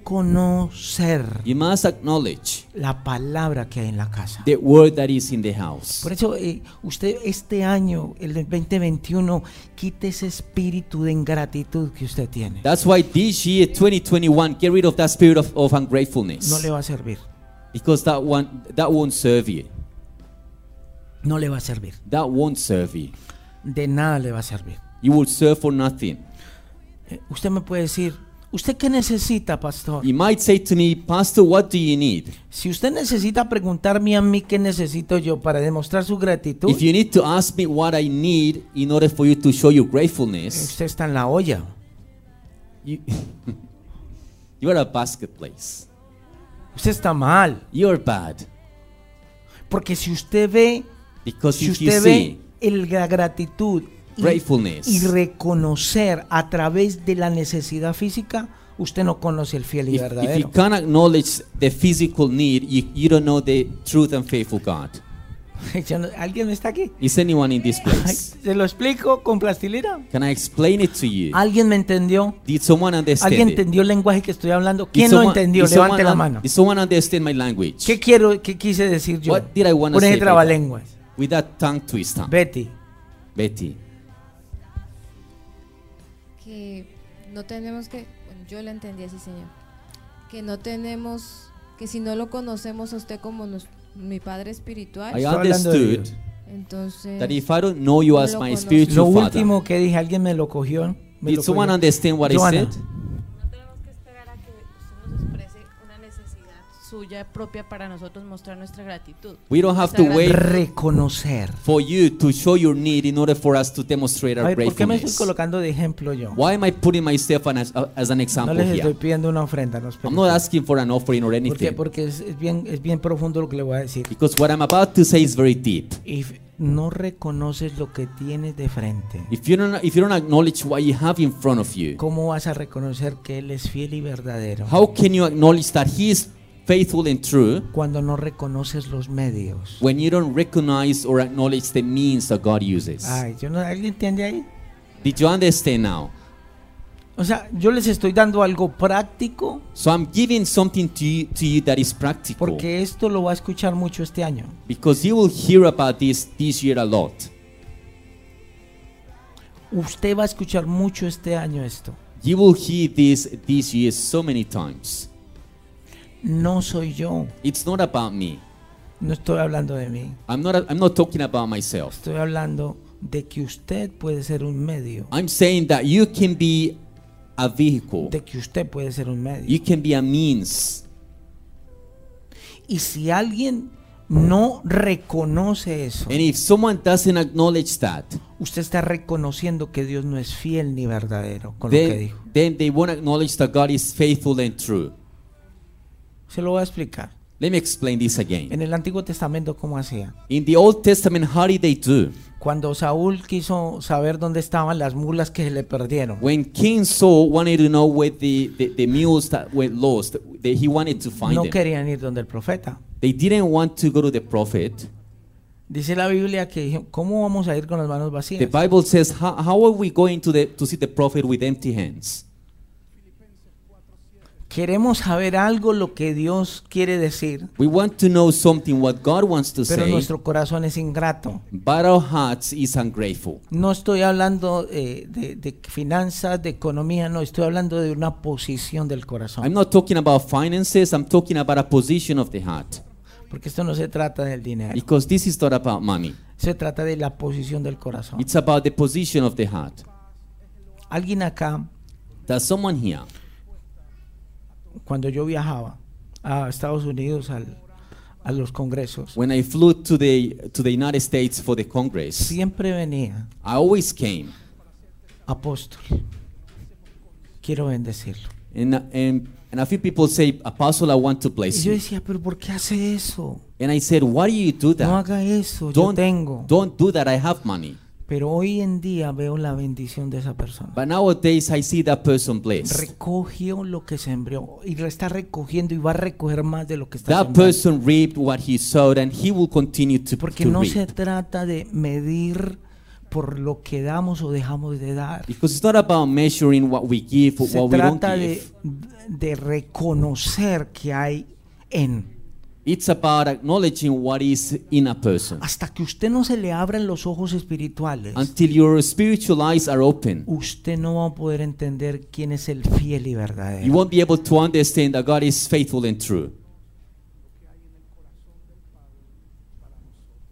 S2: reconocer
S3: You must acknowledge
S2: la palabra que hay en la casa.
S3: the word that is in the house.
S2: Por eso eh, usted este año, el del 2021, quite ese espíritu de ingratitud que usted tiene.
S3: That's why this year, 2021, get rid of that spirit of, of
S2: No
S3: ungratefulness.
S2: le va a servir.
S3: Because that one that won't serve you.
S2: No le va a servir.
S3: That won't serve you.
S2: De nada le va a servir.
S3: You will serve for nothing.
S2: Eh, usted me puede decir, ¿usted qué necesita, pastor?
S3: You might say to me, Pastor, what do you need?
S2: Si usted necesita preguntarme a mí qué necesito yo para demostrar su gratitud,
S3: If you need to ask me what I need in order for you to show your
S2: eh,
S3: gratefulness,
S2: usted está en la olla.
S3: you, [LAUGHS] you are a basket place.
S2: Usted está mal.
S3: You are bad.
S2: Porque si usted ve,
S3: Because
S2: si
S3: if you
S2: usted ve
S3: see
S2: el- la gratitud y-
S3: gratefulness,
S2: y reconocer a través de la necesidad física, usted no conoce el fiel y
S3: if, if you
S2: verdadero.
S3: can't acknowledge the physical need, you, you don't know the truth and faithful God.
S2: [LAUGHS] Yo no- ¿Alguien está aquí?
S3: Is anyone in this
S2: Ay,
S3: place?
S2: ¿Se lo explico con plastilina?
S3: Can I explain it to you?
S2: ¿Alguien me entendió?
S3: Did someone
S2: ¿Alguien
S3: understand it?
S2: entendió el lenguaje que estoy hablando?
S3: Did
S2: ¿Quién lo
S3: someone-
S2: entendió?
S3: did someone
S2: Levante la
S3: un-
S2: mano.
S3: Did someone understand my language?
S2: ¿Qué quiero, qué quise decir yo?
S3: What did I wanna
S2: Con ese
S3: say Ah. by that?
S2: trabalenguas.
S3: With that tongue twister.
S2: Betty,
S3: Betty.
S4: que no tenemos que, bueno, yo la entendí así, Señor, que no tenemos, que si no lo conocemos a usted como nos- mi Padre espiritual,
S3: I
S2: Está hablando de
S3: understood
S2: Dios.
S4: entonces
S3: that if I don't know you as
S4: Lo
S3: my
S4: conozco.
S2: lo
S3: spiritual father,
S2: último que dije, alguien me lo cogió. Me
S3: did
S2: lo
S3: someone
S2: cogió.
S3: understand what I
S2: Johanna.
S3: said?
S6: No tenemos que esperar a que usted nos exprese una necesidad suya propia para nosotros mostrar nuestra gratitud.
S3: We don't have
S6: Nuestra
S3: to wait.
S6: gratitud.
S2: Reconocer.
S3: For you to show your need in order for us to demonstrate
S2: A
S3: our
S2: ver, ¿por qué me estoy
S3: gratefulness.
S2: colocando de ejemplo yo?
S3: Why am I putting myself an- as, as an
S2: No
S3: example
S2: les estoy
S3: here?
S2: pidiendo una ofrenda. No, esperen.
S3: I'm not asking for an offering or
S2: ¿Por qué?
S3: anything.
S2: Porque es, es bien, es bien profundo lo que le voy a decir.
S3: Because what I'm about to say is very deep.
S2: If no reconoces lo que tienes de frente,
S3: If you don't, if you don't acknowledge what you have in front of you,
S2: ¿cómo vas a reconocer que Él es fiel y verdadero?
S3: how can you acknowledge that He is faithful and true
S2: Cuando no reconoces los medios.
S3: when you don't recognize or acknowledge the means that God uses?
S2: Ay, yo no, ¿alguien entiende ahí?
S3: Did you understand now?
S2: O sea, yo les estoy dando algo práctico
S3: So I'm giving something to you, to you that is practical
S2: porque esto lo va a escuchar mucho este año.
S3: because you will hear about this this year a lot.
S2: Usted va a escuchar mucho este año esto.
S3: You will hear this this year so many times.
S2: No soy yo,
S3: It's not about me.
S2: no estoy hablando de mí.
S3: I'm not I'm not talking about myself.
S2: Estoy hablando de que usted puede ser un medio.
S3: I'm saying that you can be a vehicle.
S2: De que usted puede ser un medio.
S3: You can be a means.
S2: Y si alguien no reconoce eso,
S3: And if someone doesn't acknowledge that,
S2: usted está reconociendo que Dios no es fiel ni verdadero con lo que
S3: then,
S2: dijo.
S3: then they won't acknowledge that God is faithful and true.
S2: Se lo voy a explicar.
S3: Let me explain this again.
S2: En el Antiguo Testamento, ¿cómo hacía?
S3: In the Old Testament, how did they do?
S2: Cuando Saúl quiso saber dónde estaban las mulas que se le perdieron,
S3: When King Saul wanted to know where the, the, the mules that were lost, they, he wanted to find
S2: no
S3: them.
S2: querían ir donde el profeta.
S3: They didn't want to go to the prophet.
S2: Dice la Biblia que dijeron, ¿cómo vamos a ir con las manos
S3: The
S2: vacías?
S3: Bible says, how, how are we going to, the, to see the prophet with empty hands?
S2: Queremos saber algo lo que Dios quiere decir,
S3: We want to know something what God wants to
S2: pero
S3: say,
S2: nuestro corazón es ingrato.
S3: but our hearts is ungrateful.
S2: No estoy hablando eh, de, de finanzas, de economía, no, estoy hablando de una posición del
S3: I'm
S2: corazón.
S3: not talking about finances, I'm talking about a position of the heart.
S2: Porque esto no se trata del dinero.
S3: Because this is not about money.
S2: Se trata de la posición del corazón.
S3: It's about the position of the heart.
S2: Alguien acá,
S3: There's someone here.
S2: cuando yo viajaba a Estados Unidos al- a los congresos,
S3: When I flew to the to the United States for the Congress,
S2: siempre venía
S3: I always came
S2: apóstol. Quiero bendecirlo.
S3: and and and a few people say, Apostle, I want to
S2: Y
S3: place
S2: yo
S3: you.
S2: decía, pero ¿por qué hace eso?
S3: And I said, Why do you do
S2: No
S3: that?
S2: haga eso, yo
S3: Don't
S2: tengo.
S3: don't do that. I have money.
S2: Pero hoy en día veo la bendición de esa persona.
S3: But nowadays I see that person blessed.
S2: Recogió lo que sembró y lo está recogiendo y va a recoger más de lo que está
S3: That
S2: sembrando.
S3: person reaped what he sowed, and he will continue to,
S2: Porque
S3: to
S2: no
S3: reap.
S2: se trata de medir por lo que damos o dejamos de dar.
S3: Because it's not about measuring what we give or
S2: Se
S3: what we don't
S2: trata de,
S3: give.
S2: de reconocer que hay en.
S3: It's about acknowledging what is in a person.
S2: Hasta que usted no se le abran los ojos espirituales,
S3: Until your spiritual eyes are open,
S2: usted no va a poder entender quién es el fiel y
S3: you
S2: verdadero.
S3: won't be able to understand that God is faithful and true.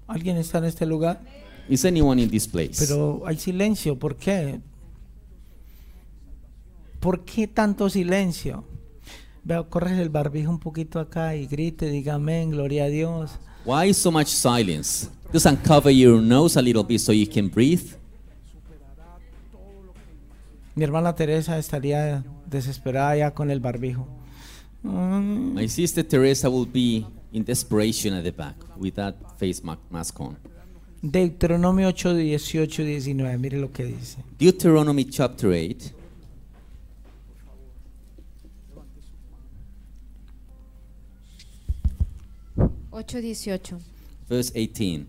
S2: ¿Alguien está en este lugar?
S3: Is anyone in this place?
S2: Pero hay silencio, ¿por qué? ¿Por qué tanto silencio? Veo, corres el barbijo un poquito acá y grite, diga amén, gloria a Dios.
S3: Why so much silence? Just uncover your nose a little bit so you can breathe.
S2: Mi hermana Teresa estaría desesperada ya con el barbijo. Mm,
S3: My sister Teresa will be in desperation at the back with that face ma- mask on.
S2: Deuteronomio 8, 18 y 19, mire lo que dice.
S3: Deuteronomy chapter 8.
S4: Ocho, dieciocho.
S3: Verse 18.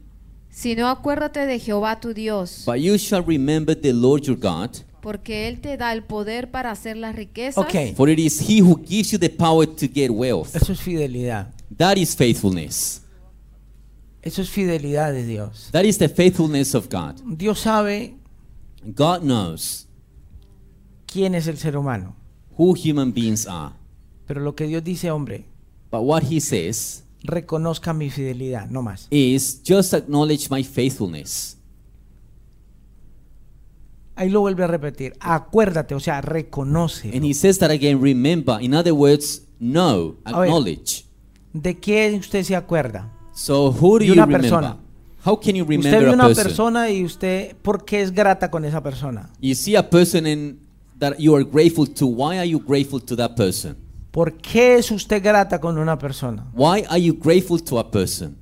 S4: Sino acuérdate de Jehová tu Dios,
S3: But you shall remember the Lord your God,
S4: porque Él te da el poder para hacer las riquezas
S2: Ok,
S3: for it is He who gives you the power to get wealth.
S2: eso es fidelidad.
S3: That is faithfulness.
S2: Eso es fidelidad de Dios.
S3: That is the faithfulness of God.
S2: Dios sabe
S3: God knows
S2: quién es el ser humano.
S3: who human beings are.
S2: Pero lo que Dios dice, hombre,
S3: But what He says
S2: reconozca mi fidelidad, no más.
S3: is just acknowledge my faithfulness.
S2: Ahí lo vuelve a repetir. Acuérdate, o sea, reconoce.
S3: And He says that again, remember. In other words, know,
S2: A ver.
S3: acknowledge.
S2: ¿De qué usted se acuerda?
S3: So who do
S2: De
S3: you
S2: una
S3: remember?
S2: persona.
S3: How can you
S2: Usted
S3: remember
S2: ve
S3: a
S2: una
S3: person?
S2: persona y usted, ¿por qué es grata con esa persona?
S3: You see a person and that you are grateful to. Why are you grateful to that person?
S2: ¿Por qué es usted grata con una persona?
S3: Why are you grateful to a person?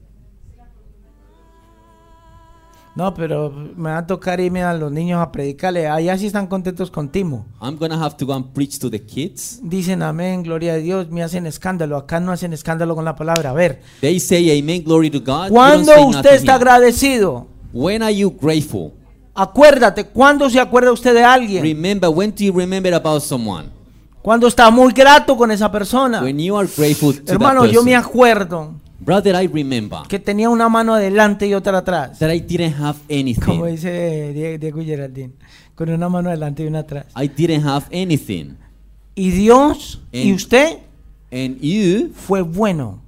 S2: No, pero me va a tocar irme a los niños a predicarle. Allá sí están contentos con Timo.
S3: I'm gonna have to go and preach to the kids.
S2: Dicen amén, gloria a Dios, me hacen escándalo. Acá no hacen escándalo con la palabra. A ver,
S3: They say amen, glory to God. You don't
S2: ¿cuándo
S3: say
S2: usted
S3: nothing
S2: está
S3: here.
S2: agradecido?
S3: When are you grateful?
S2: Acuérdate, ¿cuándo se acuerda usted de alguien?
S3: Remember, when do you remember about someone?
S2: Cuando está muy grato con esa persona.
S3: When you are grateful to
S2: Hermano,
S3: that person.
S2: yo me acuerdo
S3: Brother, I remember
S2: que tenía una mano adelante y otra atrás.
S3: that I didn't have
S2: Como
S3: anything.
S2: dice Die- Diego Geraldine, con una mano adelante y una atrás.
S3: I didn't have anything.
S2: Y Dios y
S3: En-
S2: usted
S3: And you
S2: fue bueno.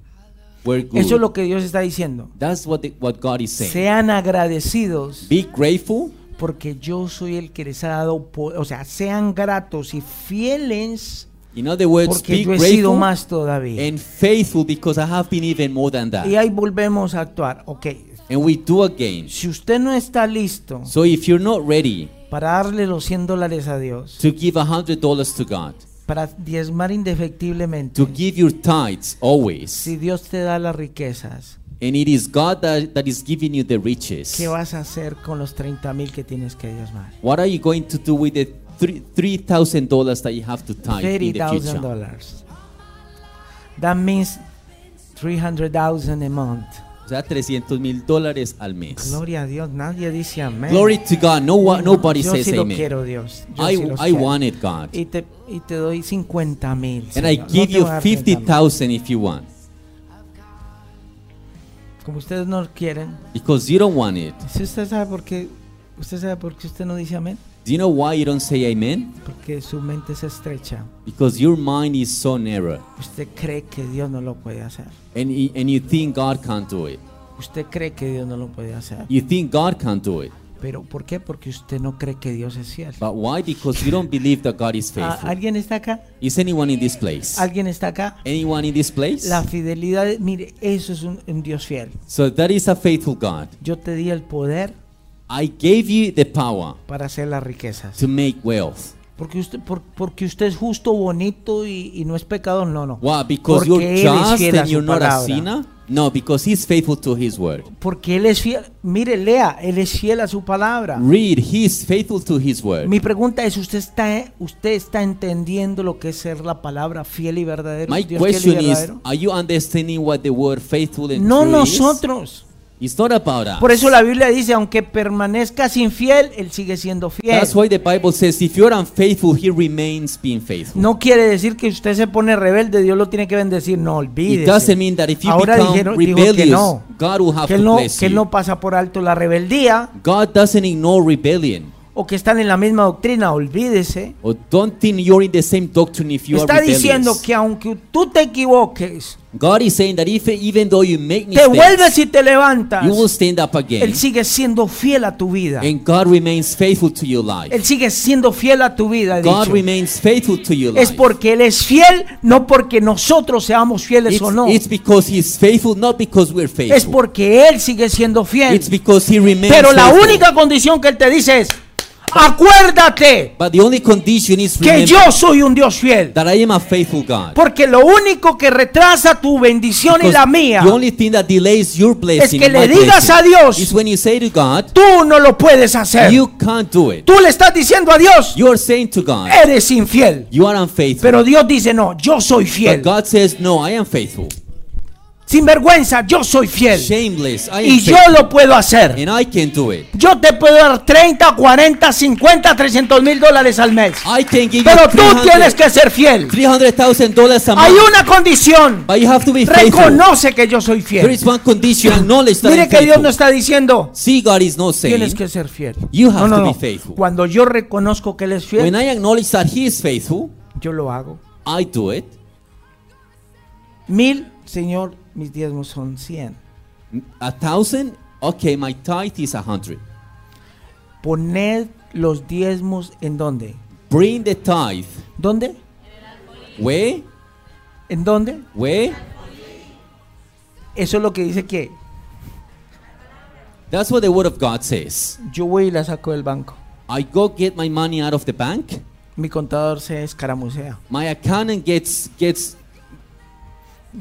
S3: were good.
S2: Eso es lo que Dios está diciendo.
S3: That's what, the, what God is saying.
S2: Sean agradecidos
S3: Be grateful
S2: porque yo soy el que les ha dado poder. O sea, sean gratos y fieles
S3: In other words,
S2: porque
S3: be
S2: yo he sido
S3: grateful
S2: más todavía.
S3: and faithful because I have been even more than
S2: Y
S3: that.
S2: ahí volvemos a actuar. Ok,
S3: And we do again.
S2: si usted no está listo
S3: So if you're not ready
S2: para darle los 100 dólares a Dios,
S3: to give a hundred dollars to God,
S2: para diezmar indefectiblemente,
S3: to give your tithes always,
S2: si Dios te da las riquezas,
S3: and it is God that, that is giving you the riches,
S2: ¿qué vas a hacer con los 30 mil que tienes que diezmar?
S3: what are you going to do with the three three thousand dollars that you have to tithe in the
S2: $30,000
S3: future?
S2: dólares. That means 300,000 a month.
S3: O sea, 300 mil dólares al mes.
S2: Gloria a Dios, nadie dice amén.
S3: Glory to God. No, one- nobody
S2: Yo
S3: says
S2: sí lo
S3: amen.
S2: quiero, Dios. Yo
S3: I,
S2: sí los
S3: I
S2: quiero.
S3: want it, God.
S2: Y te, y te doy 50 mil.
S3: And I give you 50,000 if you want.
S2: Como ustedes no quieren.
S3: Because you don't want it.
S2: Si usted sabe por qué, usted sabe por qué usted no dice amén.
S3: Do you know why you don't say amen?
S2: porque su mente es estrecha.
S3: Because your mind is so narrow
S2: Usted cree que Dios no lo puede hacer.
S3: and, y- and you think God can't do it.
S2: Usted cree que Dios no lo puede hacer.
S3: You think God can't do it.
S2: Pero ¿por qué? Porque usted no cree que Dios es fiel.
S3: But why? Because you don't believe that God is
S2: Ah,
S3: faithful.
S2: ¿Alguien está acá?
S3: Is anyone in this place?
S2: ¿Alguien está acá?
S3: Anyone in this place?
S2: La fidelidad, mire, eso es un, un Dios fiel.
S3: So that is a faithful God.
S2: Yo te di el poder
S3: I gave you the power
S2: para hacer las riquezas.
S3: to make wealth.
S2: Porque usted, por- porque usted es justo, bonito y, y no es pecador, no, no.
S3: Why?
S2: Porque
S3: Because you're
S2: Él es
S3: just
S2: fiel a
S3: and you're
S2: su
S3: not a
S2: palabra.
S3: sinner? No, because He's faithful to His word.
S2: Porque Él es fiel. Mire, lea, Él es fiel a su palabra.
S3: Read, He is faithful to His word.
S2: Mi pregunta es, ¿usted está, usted está entendiendo lo que es ser la palabra fiel y verdadero?
S3: My
S2: Dios
S3: question
S2: fiel y
S3: is
S2: verdadero?
S3: Are you understanding what the word faithful and
S2: no
S3: true is?
S2: nosotros.
S3: It's not about us.
S2: Por eso la Biblia dice, aunque permanezcas infiel, Él sigue siendo fiel.
S3: That's why the Bible says if you're unfaithful, He remains being faithful.
S2: No quiere decir que usted se pone rebelde, Dios lo tiene que bendecir. No,
S3: It
S2: olvídese.
S3: doesn't mean that if you
S2: Ahora
S3: become
S2: dijeron, dijo que
S3: rebellious,
S2: no.
S3: God will have
S2: Que
S3: to
S2: él, no,
S3: bless
S2: que él
S3: you.
S2: no pasa por alto la rebeldía
S3: God doesn't ignore rebellion.
S2: o que están en la misma doctrina, olvídese.
S3: Or don't think you're in the same doctrine if you
S2: Está
S3: are rebellious.
S2: diciendo que aunque tú te equivoques,
S3: God is saying that if even though you make
S2: te vuelves
S3: mistakes,
S2: y te levantas,
S3: you will stand up again.
S2: Él sigue siendo fiel a tu vida.
S3: And God remains faithful to your life.
S2: Él sigue siendo fiel a tu vida. he
S3: God
S2: dicho.
S3: remains faithful to your
S2: Es
S3: life.
S2: porque Él es fiel, no porque nosotros seamos fieles
S3: it's,
S2: o no.
S3: it's because He's faithful, not because we're faithful.
S2: Es porque Él sigue siendo fiel.
S3: It's because He remains
S2: Pero la
S3: faithful.
S2: única condición que Él te dice es, acuérdate
S3: But the only condition is
S2: que
S3: remember
S2: yo soy un Dios fiel.
S3: that I am a faithful God.
S2: Porque lo único que retrasa tu bendición y
S3: Because
S2: la mía,
S3: The only thing that delays your blessing
S2: que
S3: and
S2: le
S3: my
S2: digas
S3: blessing
S2: a Dios,
S3: is when you say to God,
S2: tú no lo puedes hacer.
S3: you can't do it.
S2: Tú le estás diciendo a Dios,
S3: You are saying to God,
S2: eres infiel.
S3: you are unfaithful.
S2: Pero Dios dice, no, yo soy
S3: But
S2: fiel.
S3: God says, no, I am faithful.
S2: Sin vergüenza, yo soy fiel.
S3: Shameless, I am
S2: Y yo
S3: faithful.
S2: lo puedo hacer.
S3: And I can do it.
S2: Yo te puedo dar 30, 40, 50, 300 mil dólares al mes.
S3: I can give
S2: Pero
S3: you
S2: tú tienes que ser fiel.
S3: $300,000 a
S2: Hay
S3: month.
S2: una condición.
S3: But you have to be faithful.
S2: Reconoce que yo soy
S3: There
S2: fiel.
S3: is one condition, acknowledge that
S2: Mire
S3: I'm
S2: que Dios
S3: faithful.
S2: no está diciendo,
S3: See, God is not saying,
S2: tienes que ser fiel.
S3: You
S2: No,
S3: have
S2: no,
S3: to be
S2: no.
S3: faithful.
S2: Cuando yo reconozco que Él es
S3: when
S2: fiel,
S3: I acknowledge that He is faithful,
S2: yo lo hago.
S3: I do it.
S2: Mil, Señor, mis diezmos son cien.
S3: A thousand, okay, my tithe is a hundred.
S2: Poned los diezmos en dónde.
S3: Bring the tithe.
S2: ¿Dónde?
S3: Where?
S2: ¿En dónde?
S3: Where?
S2: Eso es lo que dice que
S3: That's what the word of God says.
S2: yo voy y la saco del banco.
S3: I go get my money out of the bank.
S2: Mi contador se escaramucea.
S3: My accountant gets gets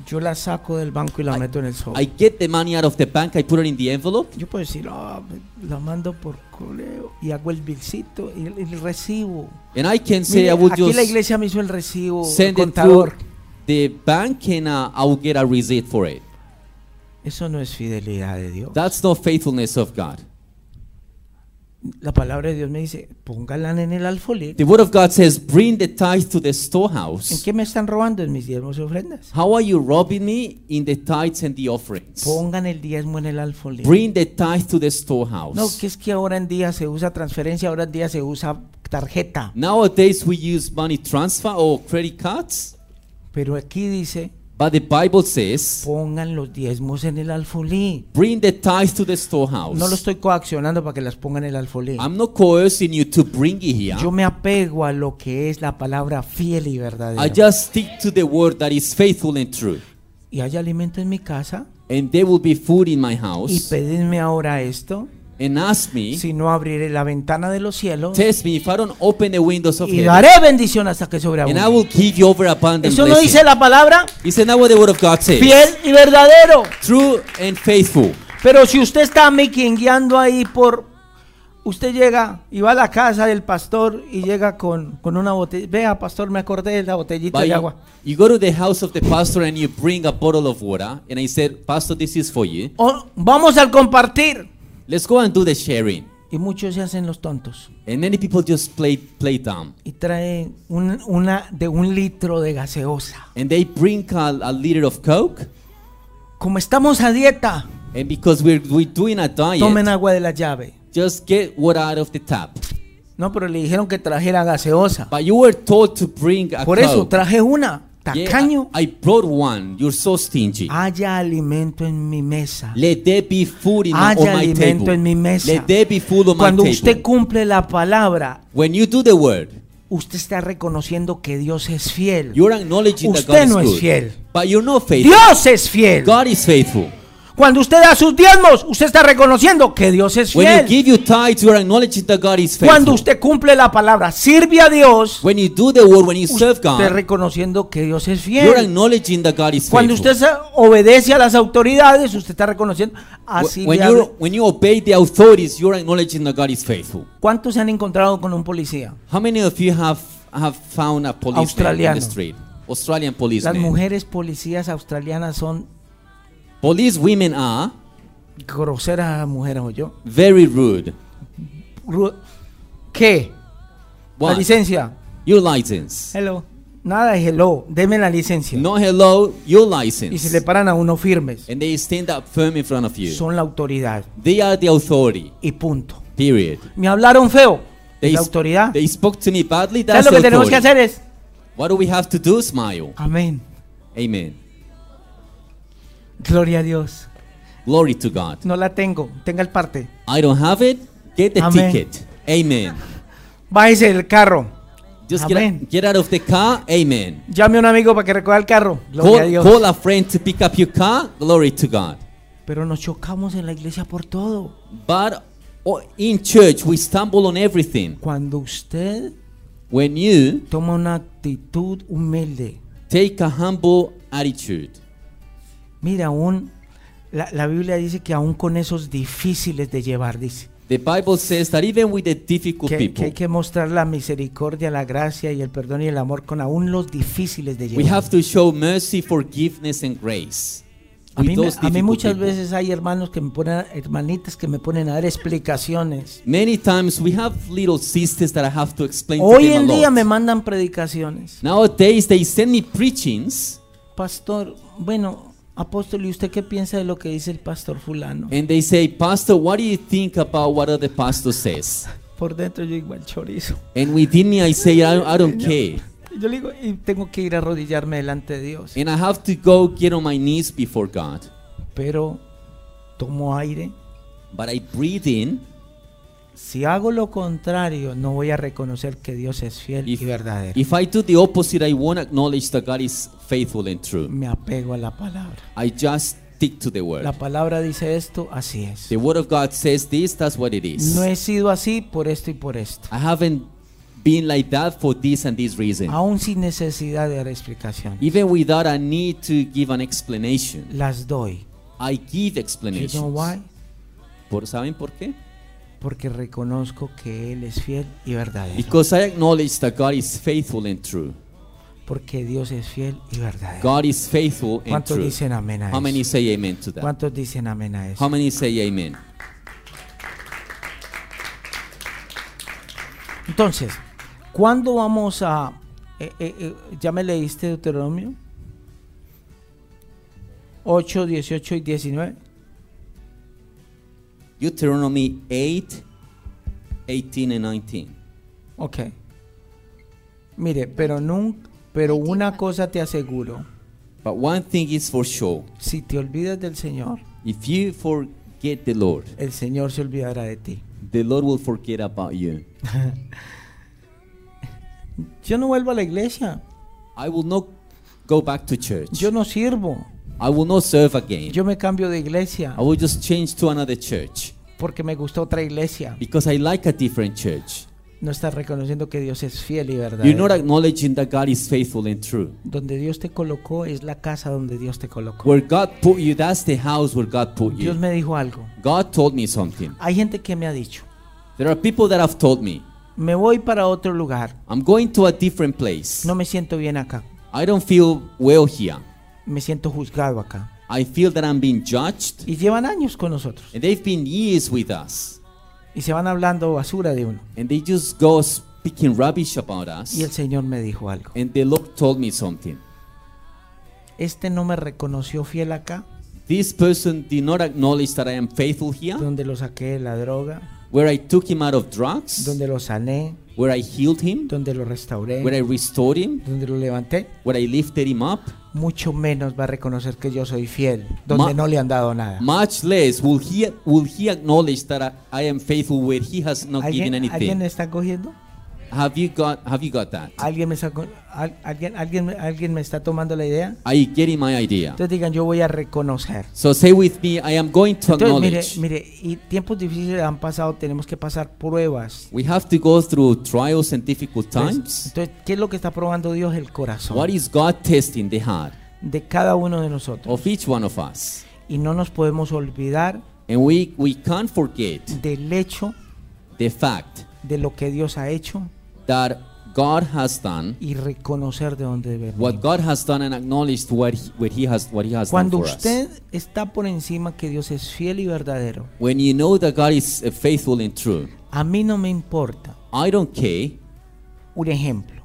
S2: Yo la saco del banco y la meto en el sobre.
S3: I get the money out of the bank, I put it in the envelope.
S2: Yo puedo decir, ah, me- la mando por correo y hago el bilcito y el, el recibo.
S3: And I can say
S2: Mire,
S3: I will
S2: aquí la
S3: just
S2: iglesia me hizo el recibo, el
S3: send it through
S2: contador.
S3: the bank and uh, I will get a receipt for it.
S2: Eso no es fidelidad de Dios.
S3: That's not faithfulness of God.
S2: La palabra de Dios me dice, póngala en el alfolí.
S3: The word of God says, bring the tithe to the
S2: ¿En
S3: storehouse.
S2: qué me están robando? En mis diezmos y ofrendas.
S3: How are you robbing me in the tithes and the offerings?
S2: Pongan el diezmo en el alfolí.
S3: Bring the tithe to the
S2: No,
S3: storehouse.
S2: que es que ahora en día se usa transferencia, ahora en día se usa tarjeta.
S3: Nowadays we use money transfer or credit cards,
S2: Pero aquí dice,
S3: but the Bible says,
S2: pongan los diezmos en el alfolí.
S3: bring the tithe to the storehouse.
S2: No lo estoy coaccionando para que las pongan en el alfolí.
S3: I'm not coercing you to bring it here.
S2: Yo me apego a lo que es la palabra fiel y
S3: I
S2: verdadera.
S3: just stick to the word that is faithful and true.
S2: Y hay alimento en mi casa
S3: And there will be food in my
S2: y
S3: house.
S2: pedidme ahora esto,
S3: And ask me,
S2: si no abriré la ventana de los cielos
S3: test me if I don't open the windows of
S2: y
S3: heaven.
S2: daré bendición hasta que
S3: And I will
S2: sobreabunde.
S3: give you overabundant
S2: Eso no dice
S3: blessing.
S2: la palabra
S3: Isn't that what the word of God says?
S2: fiel y verdadero.
S3: True and faithful.
S2: Pero si usted está miquingueando ahí por... Usted llega y va a la casa del pastor y llega con, con una botella. Vea, pastor, me acordé de la botellita
S3: But
S2: de
S3: you,
S2: agua.
S3: you go to the house of the pastor and you bring a bottle of water. And I said, Pastor, this is for you.
S2: O- vamos al compartir.
S3: Let's go and do the sharing.
S2: Y muchos se hacen los tontos.
S3: And many people just play, play dumb.
S2: y trae un- una de un litro de gaseosa.
S3: And they bring a, a liter of Coke.
S2: Como estamos a dieta,
S3: And because we're, we're doing a diet,
S2: tomen agua de la llave.
S3: just get water out of the tap.
S2: No, pero le dijeron que trajera gaseosa.
S3: But you were told to bring a
S2: Por eso
S3: Coke.
S2: traje una.
S3: Yeah,
S2: Tacaño. Ah.
S3: I, I brought one. You're so stingy.
S2: Haya alimento en mi mesa.
S3: Let there be food in on
S2: Haya
S3: my
S2: alimento
S3: table.
S2: en mi mesa.
S3: Let there be food on
S2: Cuando
S3: my
S2: usted
S3: table.
S2: cumple la palabra,
S3: When you do the word,
S2: usted está reconociendo que Dios es fiel.
S3: you're acknowledging
S2: Usted
S3: that God
S2: no es
S3: is good.
S2: fiel.
S3: But you're not faithful.
S2: Dios es fiel.
S3: God is faithful.
S2: Cuando usted da sus diezmos, usted está reconociendo que Dios es
S3: When you
S2: fiel.
S3: give your tithes, you're acknowledging that God is faithful.
S2: Cuando usted cumple la palabra, sirve a Dios,
S3: when you do the word, when you serve
S2: usted
S3: God,
S2: reconociendo que Dios es
S3: you're
S2: fiel.
S3: acknowledging that God is
S2: Cuando
S3: faithful.
S2: usted se- obedece a las autoridades, usted está reconociendo. Así
S3: when,
S2: le
S3: you
S2: hablo.
S3: when you obey the authorities, you're acknowledging that God is faithful.
S2: ¿Cuántos se han encontrado con un policía?
S3: How many of you have have found a policeman in
S2: Australiano.
S3: the street? Australian
S2: Las
S3: policeman.
S2: mujeres policías australianas son
S3: Police women are
S2: groseras mujeres, o yo.
S3: very rude.
S2: Ru- ¿Qué? La
S3: What?
S2: licencia.
S3: Your license.
S2: Hello. Nada de hello. Deme la licencia.
S3: No hello, your
S2: Y
S3: license.
S2: se le paran a uno firmes.
S3: And they stand up firm in front of you.
S2: Son la autoridad.
S3: they are the authority.
S2: Y punto.
S3: Period.
S2: Me hablaron feo.
S3: They
S2: Es la
S3: sp-
S2: autoridad.
S3: They spoke to me badly.
S2: ¿Sabes
S3: That's
S2: lo que
S3: the
S2: tenemos que
S3: authority.
S2: hacer es?
S3: What do we have to do? Smile.
S2: Amén.
S3: Amen.
S2: Gloria a Dios.
S3: Glory to God.
S2: No la tengo. Tenga el parte.
S3: I don't have it. Get the
S2: Amen.
S3: ticket. Amen.
S2: Bájese del carro.
S3: Just
S2: Amen.
S3: get, get out of the car. Amen.
S2: Llame a un amigo para que recoja el carro. Gloria a
S3: Call,
S2: Dios.
S3: call a friend to pick up your car. Glory to God.
S2: Pero nos chocamos en la iglesia por todo.
S3: But oh, in church, we stumble on everything.
S2: Cuando usted
S3: When you
S2: toma una actitud humilde.
S3: take a humble attitude,
S2: Mira, aún la, la Biblia dice que aún con esos difíciles de llevar, dice.
S3: the Bible says that even with the difficult
S2: Que, que
S3: people,
S2: hay que mostrar la misericordia, la gracia y el perdón y el amor con aún los difíciles de
S3: we
S2: llevar.
S3: have to show mercy, forgiveness, and grace.
S2: A
S3: with
S2: mí, me-
S3: those
S2: a mí
S3: difficult
S2: muchas
S3: people.
S2: veces hay hermanos que me ponen, hermanitas que me ponen a dar explicaciones.
S3: Many times we have little sisters that I have to explain
S2: Hoy
S3: to them
S2: en
S3: a lot.
S2: día me mandan predicaciones.
S3: Nowadays they send me preachings
S2: Pastor, bueno, apóstol, ¿y usted qué piensa de lo que dice el pastor fulano?
S3: and they say, Pastor, what do you think about what other pastor says?
S2: Por dentro yo digo, el chorizo.
S3: And within me I say, I, I don't care.
S2: Y Yo le digo, y tengo que ir a arrodillarme delante de Dios.
S3: And I have to go get on my knees before God.
S2: Pero tomo aire.
S3: But I breathe in.
S2: Si hago lo contrario, no voy a reconocer que Dios es fiel
S3: If,
S2: y verdadero.
S3: if I do the opposite, I won't acknowledge that God is faithful and true.
S2: Me apego a la palabra.
S3: I just stick to the word.
S2: La palabra dice esto, así es.
S3: The word of God says this, that's what it is.
S2: No he sido así por esto y por esto.
S3: I haven't been like that for this and this reason.
S2: Aún sin necesidad de dar explicación.
S3: Even without I need to give an explanation,
S2: Las doy.
S3: I give
S2: You
S3: explanations.
S2: know why?
S3: Por, ¿Saben por qué?
S2: Porque reconozco que Él es fiel y verdadero.
S3: Because I acknowledge that God is faithful and true.
S2: Porque Dios es fiel y verdadero.
S3: God is faithful and
S2: ¿Cuántos
S3: true.
S2: dicen amén a
S3: How many
S2: eso?
S3: say amen to that?
S2: ¿Cuántos dicen amén a
S3: How
S2: eso?
S3: many say amen?
S2: Entonces, ¿cuándo vamos a... eh, eh, eh, ¿Ya me leíste Deuteronomio? 8, 18 y 19.
S3: Deuteronomy 8, 18 and 19.
S2: Ok. Mire, pero nunca... Pero una cosa te aseguro.
S3: But one thing is for sure.
S2: Si te olvidas del Señor,
S3: If you forget the Lord,
S2: el Señor se olvidará de ti.
S3: the Lord will forget about you.
S2: Yo no vuelvo a la iglesia.
S3: I will not go back to church.
S2: Yo no sirvo.
S3: I will not serve again.
S2: Yo me cambio de iglesia
S3: I will just change to another church
S2: porque me gustó otra iglesia.
S3: because I like a different church.
S2: No estás reconociendo que Dios es fiel y
S3: You're not
S2: verdadero.
S3: acknowledging that God is faithful and true.
S2: Donde Dios te colocó es la casa donde Dios te colocó.
S3: Where God put you, that's the house where God put
S2: Dios
S3: you.
S2: me dijo algo.
S3: God told me something.
S2: Hay gente que me ha dicho,
S3: There are people that have told me,
S2: me voy para otro lugar,
S3: I'm going to a different place.
S2: no me siento bien acá,
S3: I don't feel well here.
S2: me siento juzgado acá.
S3: I feel that I'm being judged.
S2: Y llevan años con nosotros
S3: And they've been years with us.
S2: y se van hablando basura de uno.
S3: And they just go speaking rubbish about us.
S2: Y el Señor me dijo algo.
S3: And the Lord told me something.
S2: Este no me reconoció fiel acá,
S3: This person did not acknowledge that I am faithful here.
S2: donde lo saqué de la droga,
S3: where I took him out of drugs,
S2: donde lo sané,
S3: where I healed him,
S2: donde lo restauré,
S3: where I restored him,
S2: donde lo levanté,
S3: where I lifted him up,
S2: mucho menos va a reconocer que yo soy fiel, donde
S3: Ma-
S2: no le han dado nada.
S3: much less will he will he acknowledge that I, I am faithful where he has not given
S2: ¿Alguien,
S3: anything.
S2: ¿Alguien me está cogiendo?
S3: Have you got have you got that?
S2: ¿Alguien me, está, co- al- alguien, alguien, alguien me está tomando la idea?
S3: Are you getting my idea?
S2: Entonces digan, yo voy a reconocer.
S3: So say with me, I am going to
S2: Entonces,
S3: acknowledge.
S2: mire, mire, y tiempos difíciles han pasado, tenemos que pasar pruebas.
S3: We have to go through trials and difficult
S2: Entonces,
S3: times.
S2: entonces, ¿qué es lo que está probando Dios? El corazón
S3: What is God testing the heart
S2: de cada uno de nosotros.
S3: of each one of us?
S2: Y no nos podemos olvidar
S3: And we, we can't forget
S2: del hecho
S3: the fact
S2: de lo que Dios ha hecho
S3: that God has done
S2: y reconocer de dónde venimos.
S3: what God has done and acknowledged what he, what he has what he has
S2: Cuando
S3: done for us.
S2: usted está por encima que Dios es fiel y verdadero,
S3: When you know that God is uh, faithful and true,
S2: a mí no me importa.
S3: I don't care.
S2: Un ejemplo,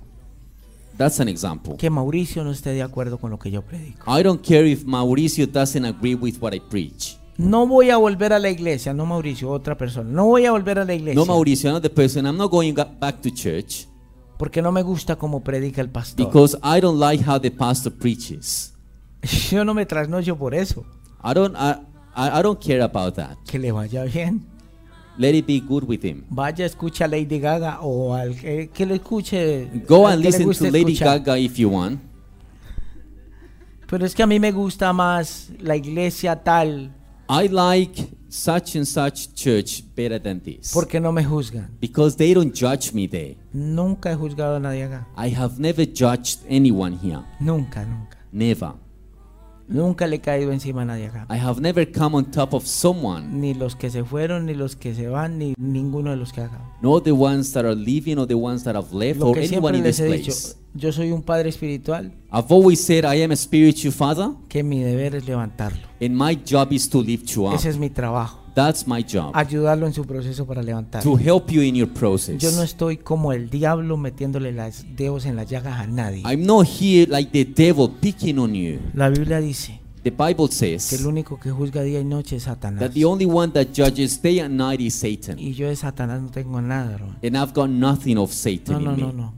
S3: That's an example.
S2: que Mauricio no esté de acuerdo con lo que yo predico.
S3: I don't care if Mauricio doesn't agree with what I preach.
S2: No voy a volver a la iglesia, no Mauricio, otra persona. No voy a volver a la iglesia
S3: No, Mauricio, not the person. I'm not going ga- back to church
S2: porque no me gusta cómo predica el pastor.
S3: because I don't like how the pastor preaches.
S2: [LAUGHS] Yo no me trasnocho por eso.
S3: I don't. I, I I don't care about that.
S2: Que le vaya bien.
S3: Let it be good with him.
S2: Vaya, escucha a Lady Gaga o al que, que lo escuche.
S3: Go
S2: al
S3: and
S2: Eh, que le
S3: listen to
S2: guste
S3: Lady
S2: escuchar.
S3: Gaga if you want.
S2: Pero es que a mí me gusta más la iglesia tal
S3: I like such and such church better than this
S2: porque no me juzgan.
S3: because they don't judge me there.
S2: Nunca he juzgado a nadie acá.
S3: I have never judged anyone here.
S2: Nunca, nunca.
S3: Never.
S2: Nunca le he caído encima a nadie acá.
S3: I have never come on top of someone,
S2: Ni los que se fueron, ni los que se van, ni ninguno de los que acá.
S3: nor the ones that are leaving or the ones that have left
S2: Lo
S3: or
S2: que
S3: anyone
S2: siempre
S3: in
S2: les
S3: this
S2: he dicho,
S3: place.
S2: yo soy un padre espiritual
S3: I've always said I am a spiritual father
S2: que mi deber es levantarlo.
S3: and my job is to lift you up.
S2: Ese es mi trabajo,
S3: That's my job.
S2: ayudarlo en su proceso para levantarlo.
S3: to help you in your process.
S2: Yo no estoy como el diablo metiéndole las dedos en las llagas a nadie.
S3: I'm not here like the devil picking on you.
S2: La Biblia dice
S3: The Bible
S2: que el
S3: says
S2: único que juzga día y noche es Satanás.
S3: that the only one that judges day and night is Satan.
S2: Y yo de Satanás no tengo nada, hermano.
S3: And I've got nothing of Satan
S2: No,
S3: in
S2: no,
S3: me.
S2: no, no.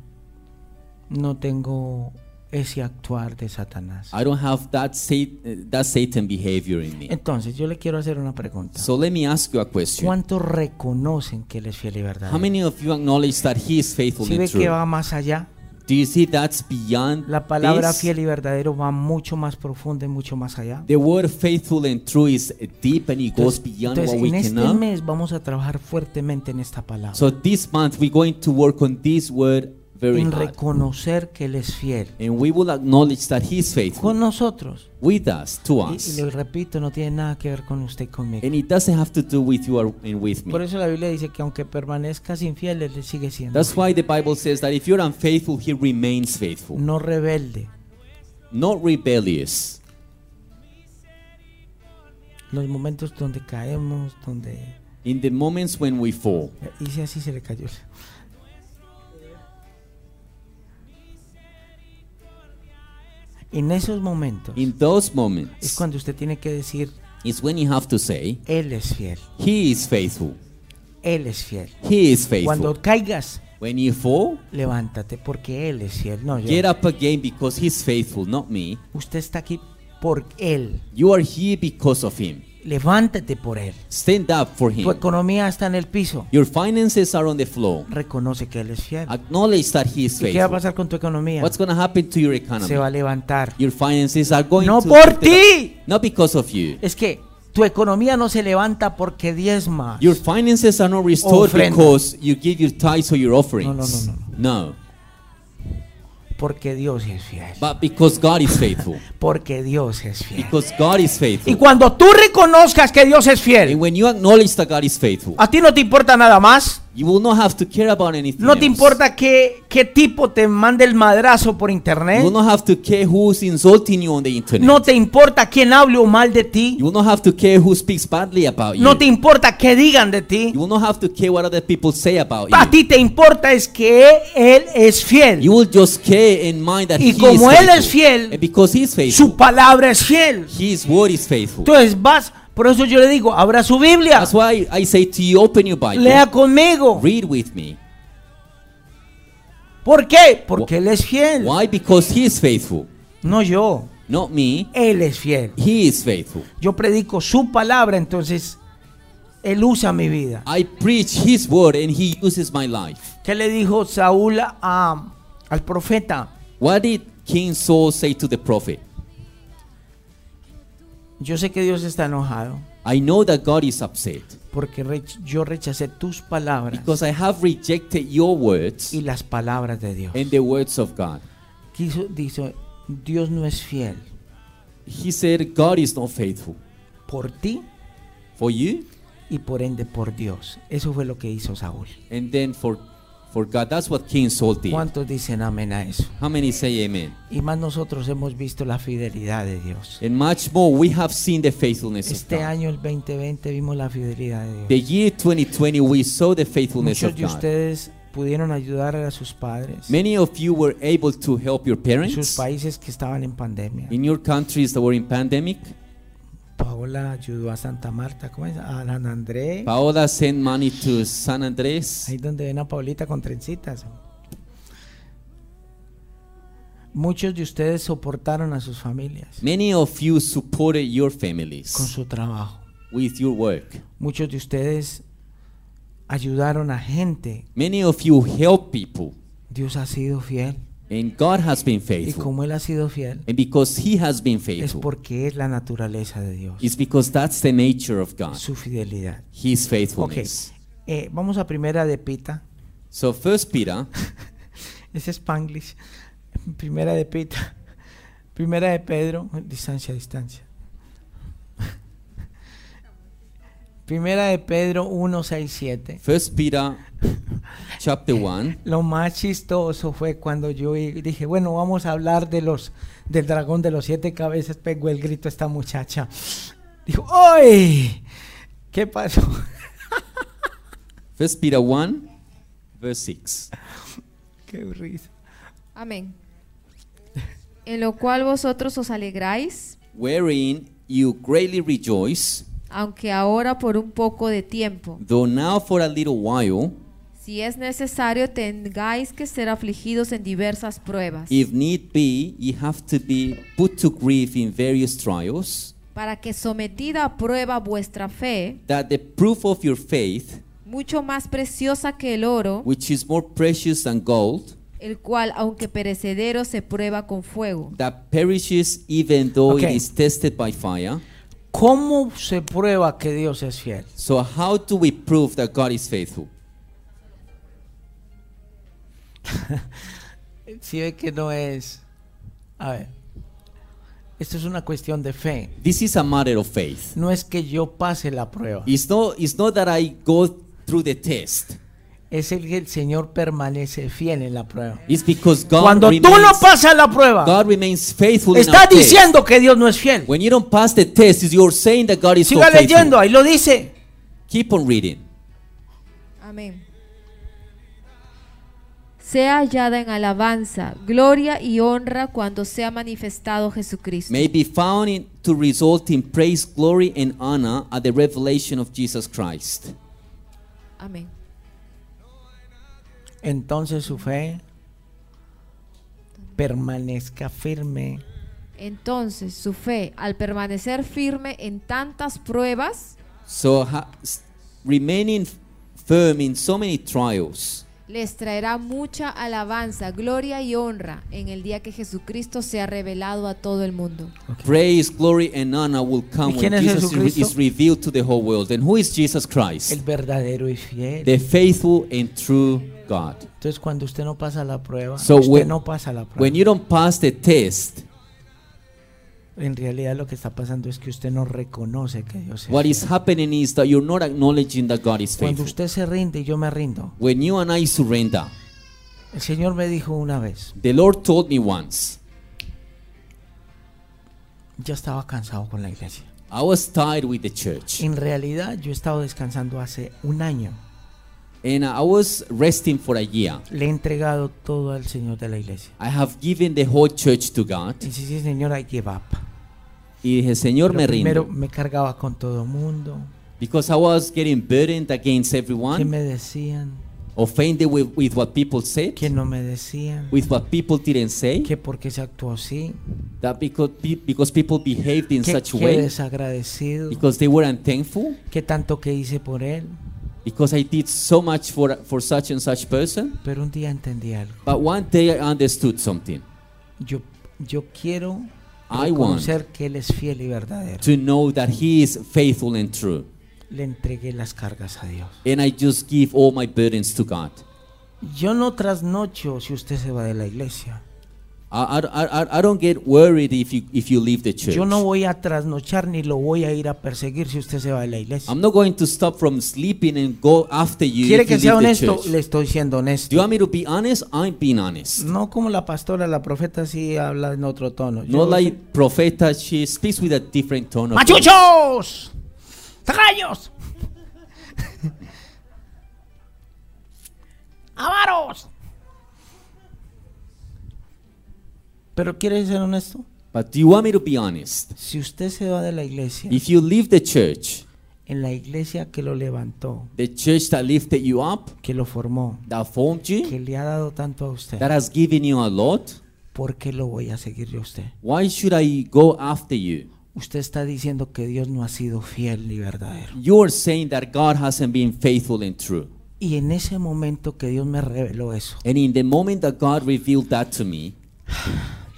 S2: No tengo ese actuar de Satanás.
S3: I don't have that, sat- that Satan behavior in me.
S2: Entonces, yo le quiero hacer una pregunta.
S3: So let me ask you a question.
S2: ¿Cuántos reconocen que él es fiel y
S3: How
S2: verdadero?
S3: many of you acknowledge that he is faithful
S2: Si
S3: and
S2: ve que
S3: true?
S2: va más allá,
S3: Do you see that's beyond
S2: la palabra
S3: this?
S2: fiel y verdadero va mucho más profundo y mucho más allá.
S3: The word faithful and true is deep and it goes
S2: Entonces,
S3: beyond
S2: entonces,
S3: what we
S2: en
S3: can
S2: este
S3: know.
S2: mes vamos a trabajar fuertemente en esta palabra.
S3: So this month we're going to work on this word very
S2: en
S3: hard.
S2: reconocer que él es fiel.
S3: And we will acknowledge that he is faithful
S2: Con nosotros.
S3: with us, to
S2: Y, y
S3: us.
S2: lo repito, no tiene nada que ver con usted y conmigo.
S3: And it doesn't have to do with you or and with
S2: Por
S3: me.
S2: eso la Biblia dice que aunque permanezcas infiel, él le sigue siendo.
S3: That's why the Bible says that if you're unfaithful, he remains faithful.
S2: No rebelde.
S3: Not rebellious.
S2: Los momentos donde caemos, donde...
S3: In the moments when we fall.
S2: Y si así se le cayó. En esos momentos
S3: In those
S2: es
S3: moments
S2: cuando usted tiene que decir,
S3: is when you have to say,
S2: Él es fiel,
S3: He is faithful.
S2: Él es fiel.
S3: He is faithful.
S2: Cuando caigas,
S3: When you fall,
S2: levántate porque Él es fiel. No, yo.
S3: get up again because he's faithful, not me.
S2: Usted está aquí por Él.
S3: You are here because of him.
S2: Levántate por Él.
S3: Stand up for
S2: Tu
S3: him.
S2: economía está en el piso.
S3: Your finances are on the floor.
S2: Reconoce que Él es fiel.
S3: Acknowledge that he is
S2: ¿Y qué va a
S3: faithful.
S2: pasar con tu economía?
S3: What's going to happen to your
S2: Se va a
S3: economy?
S2: levantar.
S3: Your finances are going
S2: No
S3: to
S2: por
S3: lift it up.
S2: ti.
S3: Not because of you.
S2: Es que tu economía no se levanta porque diezmas.
S3: Your finances are not restored
S2: Ofrenda.
S3: because you give your tithes or your offerings.
S2: no,
S3: no.
S2: Porque Dios es fiel.
S3: But because God is
S2: [LAUGHS]
S3: faithful.
S2: Porque Dios es fiel.
S3: Because God is
S2: Y
S3: faithful.
S2: cuando tú reconozcas que Dios es
S3: And
S2: fiel,
S3: when you acknowledge that God is faithful,
S2: a ti no te importa nada más.
S3: you will not have to care about anything.
S2: No te
S3: else.
S2: importa qué, qué tipo te mande el madrazo por
S3: You
S2: internet.
S3: will not have to care who's insulting you on the internet.
S2: eh? No te importa quién hable o mal de
S3: You
S2: ti.
S3: will not have to care who speaks badly about you.
S2: No te importa qué digan de ti.
S3: you will not have to care what other people say about
S2: A
S3: you.
S2: ti te importa es que Él es
S3: You
S2: fiel.
S3: will just care in mind that
S2: Y
S3: he is
S2: como
S3: faithful.
S2: él es fiel,
S3: and because he is faithful,
S2: Su palabra es fiel.
S3: his word is faithful.
S2: Entonces vas Por eso yo le digo, abra su Biblia,
S3: That's why I say to you, open your Bible.
S2: lea conmigo.
S3: Read with me.
S2: ¿Por qué? Porque Él es fiel.
S3: Why? Because he is faithful.
S2: No yo,
S3: Not me.
S2: Él es fiel.
S3: He is faithful.
S2: Yo predico su palabra, entonces Él usa mi vida.
S3: I preach his word and he uses my life.
S2: ¿Qué le dijo Saúl a- al profeta?
S3: What did King Saul say to the prophet?
S2: Yo sé que Dios está enojado
S3: I know that God is upset
S2: porque rech- yo rechacé tus palabras
S3: because I have rejected your words
S2: y las palabras de Dios.
S3: and the words of God.
S2: Quiso- dice, Dios no es fiel
S3: He said, God is not faithful
S2: por ti
S3: for you
S2: y por ende por Dios. Eso fue lo que hizo Saúl.
S3: and then for, for God. That's what King Saul did.
S2: ¿Cuántos dicen amén a eso?
S3: How many say amen?
S2: Y más nosotros hemos visto la fidelidad de Dios.
S3: And much more, we have seen the faithfulness of
S2: Este
S3: God.
S2: año, el 2020, vimos la fidelidad de
S3: The
S2: Dios.
S3: year 2020, we saw the faithfulness
S2: Muchos
S3: of
S2: de
S3: God.
S2: ustedes pudieron ayudar a sus padres
S3: Many of you were able to help your
S2: en sus
S3: parents
S2: países que estaban en pandemia.
S3: in your countries that were in pandemic.
S2: Paola ayudó a Santa Marta, ¿cómo es? A San Andrés.
S3: Paola sent money to San Andres.
S2: Ahí donde ven a Paulita con trencitas. Muchos de ustedes soportaron a sus familias
S3: Many of you supported your families
S2: con su trabajo.
S3: with your work.
S2: Muchos de ustedes ayudaron a gente.
S3: Many of you help people,
S2: Dios ha sido fiel.
S3: and God has been
S2: Y
S3: faithful.
S2: como Él ha sido fiel,
S3: And because He has been
S2: es
S3: faithful,
S2: porque es la naturaleza de Dios.
S3: it's because that's the nature of God,
S2: Su fidelidad.
S3: His
S2: Ok.
S3: faithfulness.
S2: eh, vamos a primera de Pita.
S3: So, First Peter,
S2: Ese es Spanglish. Primera de Pita. [LAUGHS] Primera de Pedro. Distancia, distancia. [LAUGHS] Primera de Pedro 167.
S3: First Peter, chapter one.
S2: Lo más chistoso fue cuando yo i- dije, bueno, vamos a hablar de los del dragón de los siete cabezas. Pegó el grito esta muchacha. Dijo, ¡ay! ¿Qué pasó? [LAUGHS]
S3: First Peter one, verse six.
S2: Qué risa.
S4: Amén. En lo cual vosotros os alegráis,
S3: Wherein you greatly rejoice,
S4: aunque ahora por un poco de tiempo,
S3: though now for a little while,
S4: si es necesario, tengáis que ser afligidos en diversas pruebas,
S3: if need be, ye have to be put to grief in various trials,
S4: para que sometida a prueba vuestra fe,
S3: that the proof of your faith,
S4: mucho más preciosa que el oro,
S3: which is more precious than gold,
S4: el cual, aunque perecedero, se prueba con fuego.
S3: that perishes even though
S2: Okay.
S3: it is tested by fire.
S2: ¿Cómo se prueba que Dios es fiel?
S3: So, how do we prove that God is faithful?
S2: Si ve que no es. A ver. Esto es una cuestión de fe.
S3: This is a matter of faith.
S2: No es que yo pase la prueba.
S3: It's not, it's not that I go through the test.
S2: Es el que el Señor permanece fiel en la prueba.
S3: It's because God
S2: Cuando
S3: remains,
S2: tú no pasas la prueba,
S3: God remains faithful in our
S2: estás
S3: test.
S2: diciendo que Dios no es fiel.
S3: When you don't pass the test, is you're saying that God is so
S2: Siga
S3: faithful.
S2: leyendo, ahí lo dice.
S3: Keep on reading.
S4: Amén. Sea hallada en alabanza, gloria y honra cuando sea manifestado Jesucristo.
S3: May be found in, to result in praise, glory, and honor at the revelation of Jesus Christ.
S4: Amén.
S2: Entonces su fe permanezca firme.
S4: Entonces su fe, al permanecer firme en tantas pruebas,
S3: So ha, s- remaining firm in so many trials
S4: les traerá mucha alabanza, gloria y honra en el día que Jesucristo sea revelado a todo el mundo.
S3: Praise, glory, and honor will come
S2: ¿Y
S3: when
S2: quién es
S3: Jesus is-
S2: Jesucristo?
S3: is revealed to the whole world. And who is Jesus
S2: El
S3: Christ?
S2: verdadero y fiel.
S3: The faithful and true God.
S2: Entonces cuando usted no pasa la prueba,
S3: So
S2: usted
S3: when-
S2: no pasa la prueba.
S3: When you don't pass the test,
S2: En realidad lo que está pasando es que usted no reconoce que Dios es
S3: what
S2: fiel.
S3: is happening is that you're not acknowledging that God is
S2: Cuando
S3: faithful.
S2: usted se rinde y yo me rindo.
S3: When you and I surrender,
S2: El Señor me dijo una vez,
S3: the Lord told me once,
S2: ya estaba cansado con la iglesia.
S3: I was tired with the church
S2: En realidad yo he estado descansando hace un año.
S3: and I was resting for a year.
S2: Le he entregado todo al Señor de la iglesia.
S3: I have given the whole church to God.
S2: Y si sí, Señor, I give up.
S3: Y dije, Señor, me
S2: Pero primero
S3: rindo.
S2: me cargaba con todo mundo.
S3: Because I was getting burdened against
S2: ¿Qué
S3: everyone,
S2: me decían?
S3: offended with, with what people said,
S2: ¿Qué no me decían?
S3: with what people didn't say,
S2: ¿Qué por qué se actuó así?
S3: that because, pe- because people behaved in
S2: ¿Qué,
S3: such a
S2: qué
S3: way,
S2: desagradecido?
S3: because they were unthankful,
S2: ¿Qué tanto que hice por él?
S3: because I did so much for, for such and such person.
S2: Pero un día entendí algo.
S3: But one day I understood something.
S2: Yo, yo quiero
S3: I want-
S2: reconocer que él es fiel y verdadero.
S3: to know that He is faithful and true.
S2: Le entregué las cargas a Dios.
S3: And I just give all my burdens to God.
S2: Yo no trasnocho si usted se va de la iglesia.
S3: I, I, I, I don't get worried if you, if you leave the church.
S2: Yo no voy a trasnochar ni lo voy a ir a perseguir si usted se va de la iglesia.
S3: I'm not going to stop from sleeping and go after you.
S2: ¿Quiere
S3: if
S2: que
S3: you
S2: sea
S3: leave the
S2: honesto?
S3: church.
S2: Le estoy siendo
S3: Do you
S2: honesto.
S3: want me to be honest? I'm being honest.
S2: No como la pastora, la profeta sí habla en otro tono. Yo
S3: Not like Profeta, she speaks with a different tone of voice.
S2: ¡Machuchos! ¡Tagallos! ¡Avaros! Pero quiere ser honesto.
S3: But do you want me to be honest?
S2: Si usted se va de la iglesia,
S3: If you leave the church,
S2: en la iglesia que lo levantó,
S3: the church that lifted you up,
S2: que lo formó,
S3: that formed you,
S2: que le ha dado tanto a usted,
S3: that has given you a lot,
S2: ¿por qué lo voy a seguir yo a usted?
S3: why should I go after you?
S2: Usted está diciendo que Dios no ha sido fiel ni verdadero.
S3: you're saying that God hasn't been faithful and true.
S2: Y en ese momento que Dios me reveló eso,
S3: And in the moment that God revealed that to me,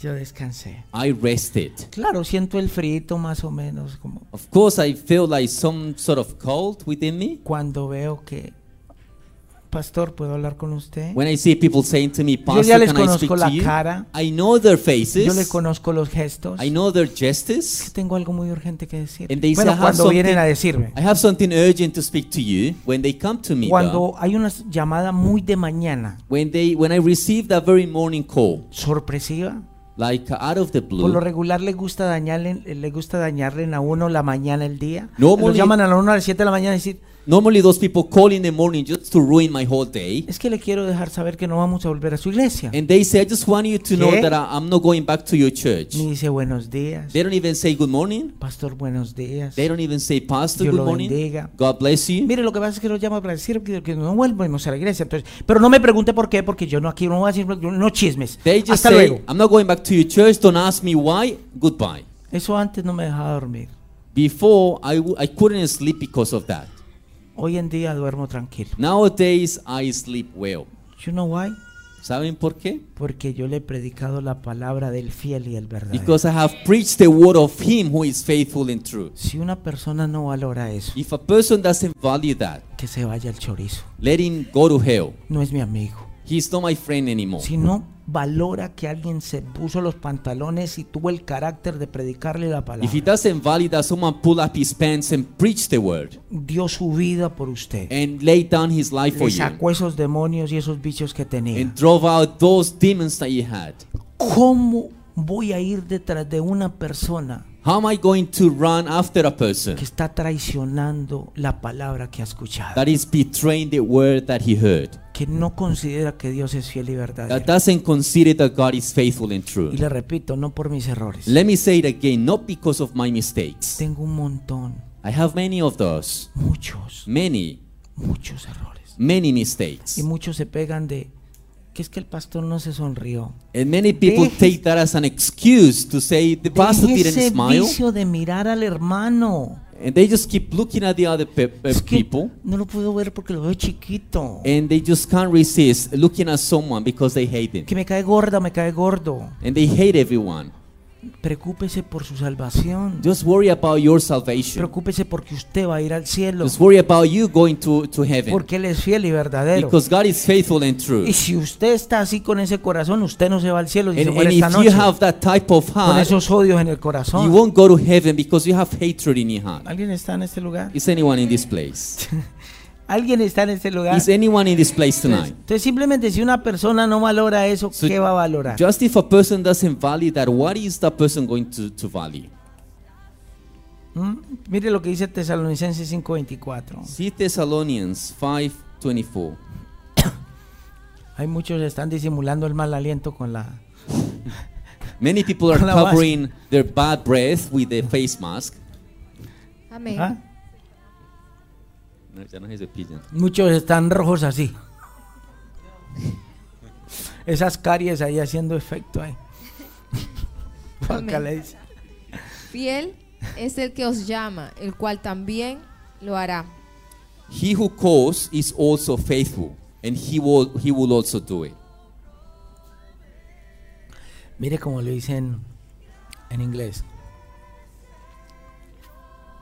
S2: yo descansé.
S3: I rested.
S2: Claro, siento el frío más o menos, como
S3: Of course, I feel like some sort of cold within me.
S2: cuando veo que, pastor, ¿puedo hablar con usted?
S3: When I see people saying to me,
S2: Yo ya
S3: Pastor,
S2: les
S3: can I
S2: conozco
S3: speak to
S2: la
S3: you?
S2: cara.
S3: I know their
S2: Yo le
S3: faces.
S2: conozco los gestos.
S3: I know their
S2: Es que
S3: gestures.
S2: tengo algo muy urgente que decir.
S3: And they say, I
S2: Bueno,
S3: have
S2: cuando
S3: something-
S2: vienen a decirme.
S3: I have something urgent to speak to you. When they come to me, though,
S2: Cuando hay una llamada muy de mañana,
S3: when they when I receive that very morning call,
S2: sorpresiva,
S3: like uh, out of the
S2: Por lo
S3: blue,
S2: regular le gusta dañarle, le gusta dañarle a uno la mañana el día. Lo
S3: No, Molly.
S2: llaman a la 1 a las 7 de la mañana y decir,
S3: normally those people call in the morning just to ruin my whole day.
S2: es que le quiero dejar saber que no vamos a volver a su iglesia.
S3: And they say, I just want you to know
S2: ¿Qué?
S3: that I, am not going back to your church.
S2: Ni dice buenos días,
S3: They don't even say good morning.
S2: pastor, buenos días.
S3: They don't even say pastor,
S2: Dios
S3: good
S2: lo
S3: morning.
S2: bendiga.
S3: God bless you.
S2: Mire, lo que pasa es que lo llama para decir que, que no volvemos a la iglesia. Entonces, pero no me pregunte por qué, porque yo no aquí no voy a decir, yo- no chismes.
S3: They just
S2: Hasta
S3: say,
S2: luego.
S3: I'm not going back to your church. Don't ask me why. Goodbye.
S2: Eso antes no me dejaba dormir.
S3: Before, I, w- I couldn't sleep because of that.
S2: Hoy en día duermo tranquilo.
S3: Nowadays, I sleep well.
S2: You know why?
S3: ¿Saben por qué?
S2: Porque yo le he predicado la palabra del fiel y el verdadero.
S3: Because I have preached the word of Him who is faithful and true.
S2: Si una persona no valora eso,
S3: If a person doesn't value that,
S2: que se vaya al chorizo.
S3: let him go to hell.
S2: no es mi amigo.
S3: He's not my friend anymore.
S2: Si no valora que alguien se puso los pantalones y tuvo el carácter de predicarle la palabra,
S3: If he doesn't value that, someone pull up his pants and preach the word
S2: dio su vida por usted,
S3: and lay down his life for
S2: le
S3: you
S2: sacó esos demonios y esos bichos que tenía.
S3: and drove out those demons that you had.
S2: ¿Cómo voy a ir detrás de una persona
S3: How am I going to run after a person
S2: que está traicionando la palabra que ha escuchado?
S3: that is betraying the word that he heard,
S2: Que no considera que Dios es fiel y
S3: that
S2: verdadero.
S3: doesn't consider that God is faithful and
S2: Y
S3: true?
S2: le repito, no por mis errores.
S3: Let me say it again, not because of my mistakes.
S2: Tengo un montón,
S3: I have many of those,
S2: muchos,
S3: many,
S2: muchos errores.
S3: many mistakes.
S2: Y muchos se pegan de que es que el pastor no se sonrió.
S3: And many people
S2: Deje-
S3: take that as an excuse to say the pastor
S2: Deje ese
S3: didn't smile.
S2: vicio de mirar al hermano.
S3: And they just keep looking at the other pe- uh,
S2: Es que
S3: people.
S2: no lo puedo ver porque lo veo chiquito.
S3: and they just can't resist looking at someone because they hate them
S2: Que me cae gorda, me cae gordo.
S3: and they hate everyone
S2: Preocúpese por su salvación.
S3: just worry about your salvation
S2: Preocúpese porque usted va a ir al cielo.
S3: just worry about you going to, to heaven
S2: Porque él es fiel y verdadero.
S3: because god is faithful and true
S2: Y si usted está así con ese corazón, usted no se va al cielo
S3: and,
S2: si se
S3: and
S2: muere esta
S3: if
S2: noche.
S3: you have that type of
S2: Con
S3: heart
S2: esos odios en el
S3: you
S2: corazón.
S3: won't go to heaven because you have hatred in your heart
S2: ¿Alguien está en este lugar?
S3: is anyone in this place
S2: ¿Alguien está en este lugar?
S3: is anyone in this place tonight
S2: Entonces simplemente si una persona no valora eso,
S3: So,
S2: ¿qué va a valorar?
S3: just if a person doesn't value that what is that person going to, to value
S2: ¿Mm? Mire lo que dice Tesalonicenses 5:24.
S3: see thessalonians 5.24
S2: Hay muchos que están disimulando el mal aliento con la
S3: Many people [LAUGHS] are
S2: Alabas.
S3: covering their bad breath with the face mask.
S4: Amén.
S2: ¿Ah?
S3: No, ya no se cepillan.
S2: Muchos están rojos así. Esas caries ahí haciendo efecto ahí. Guácala, dice.
S4: Fiel es el que os llama, el cual también lo hará.
S3: He who calls is also faithful, and he will, he will also do it.
S2: Mire cómo lo dicen en inglés.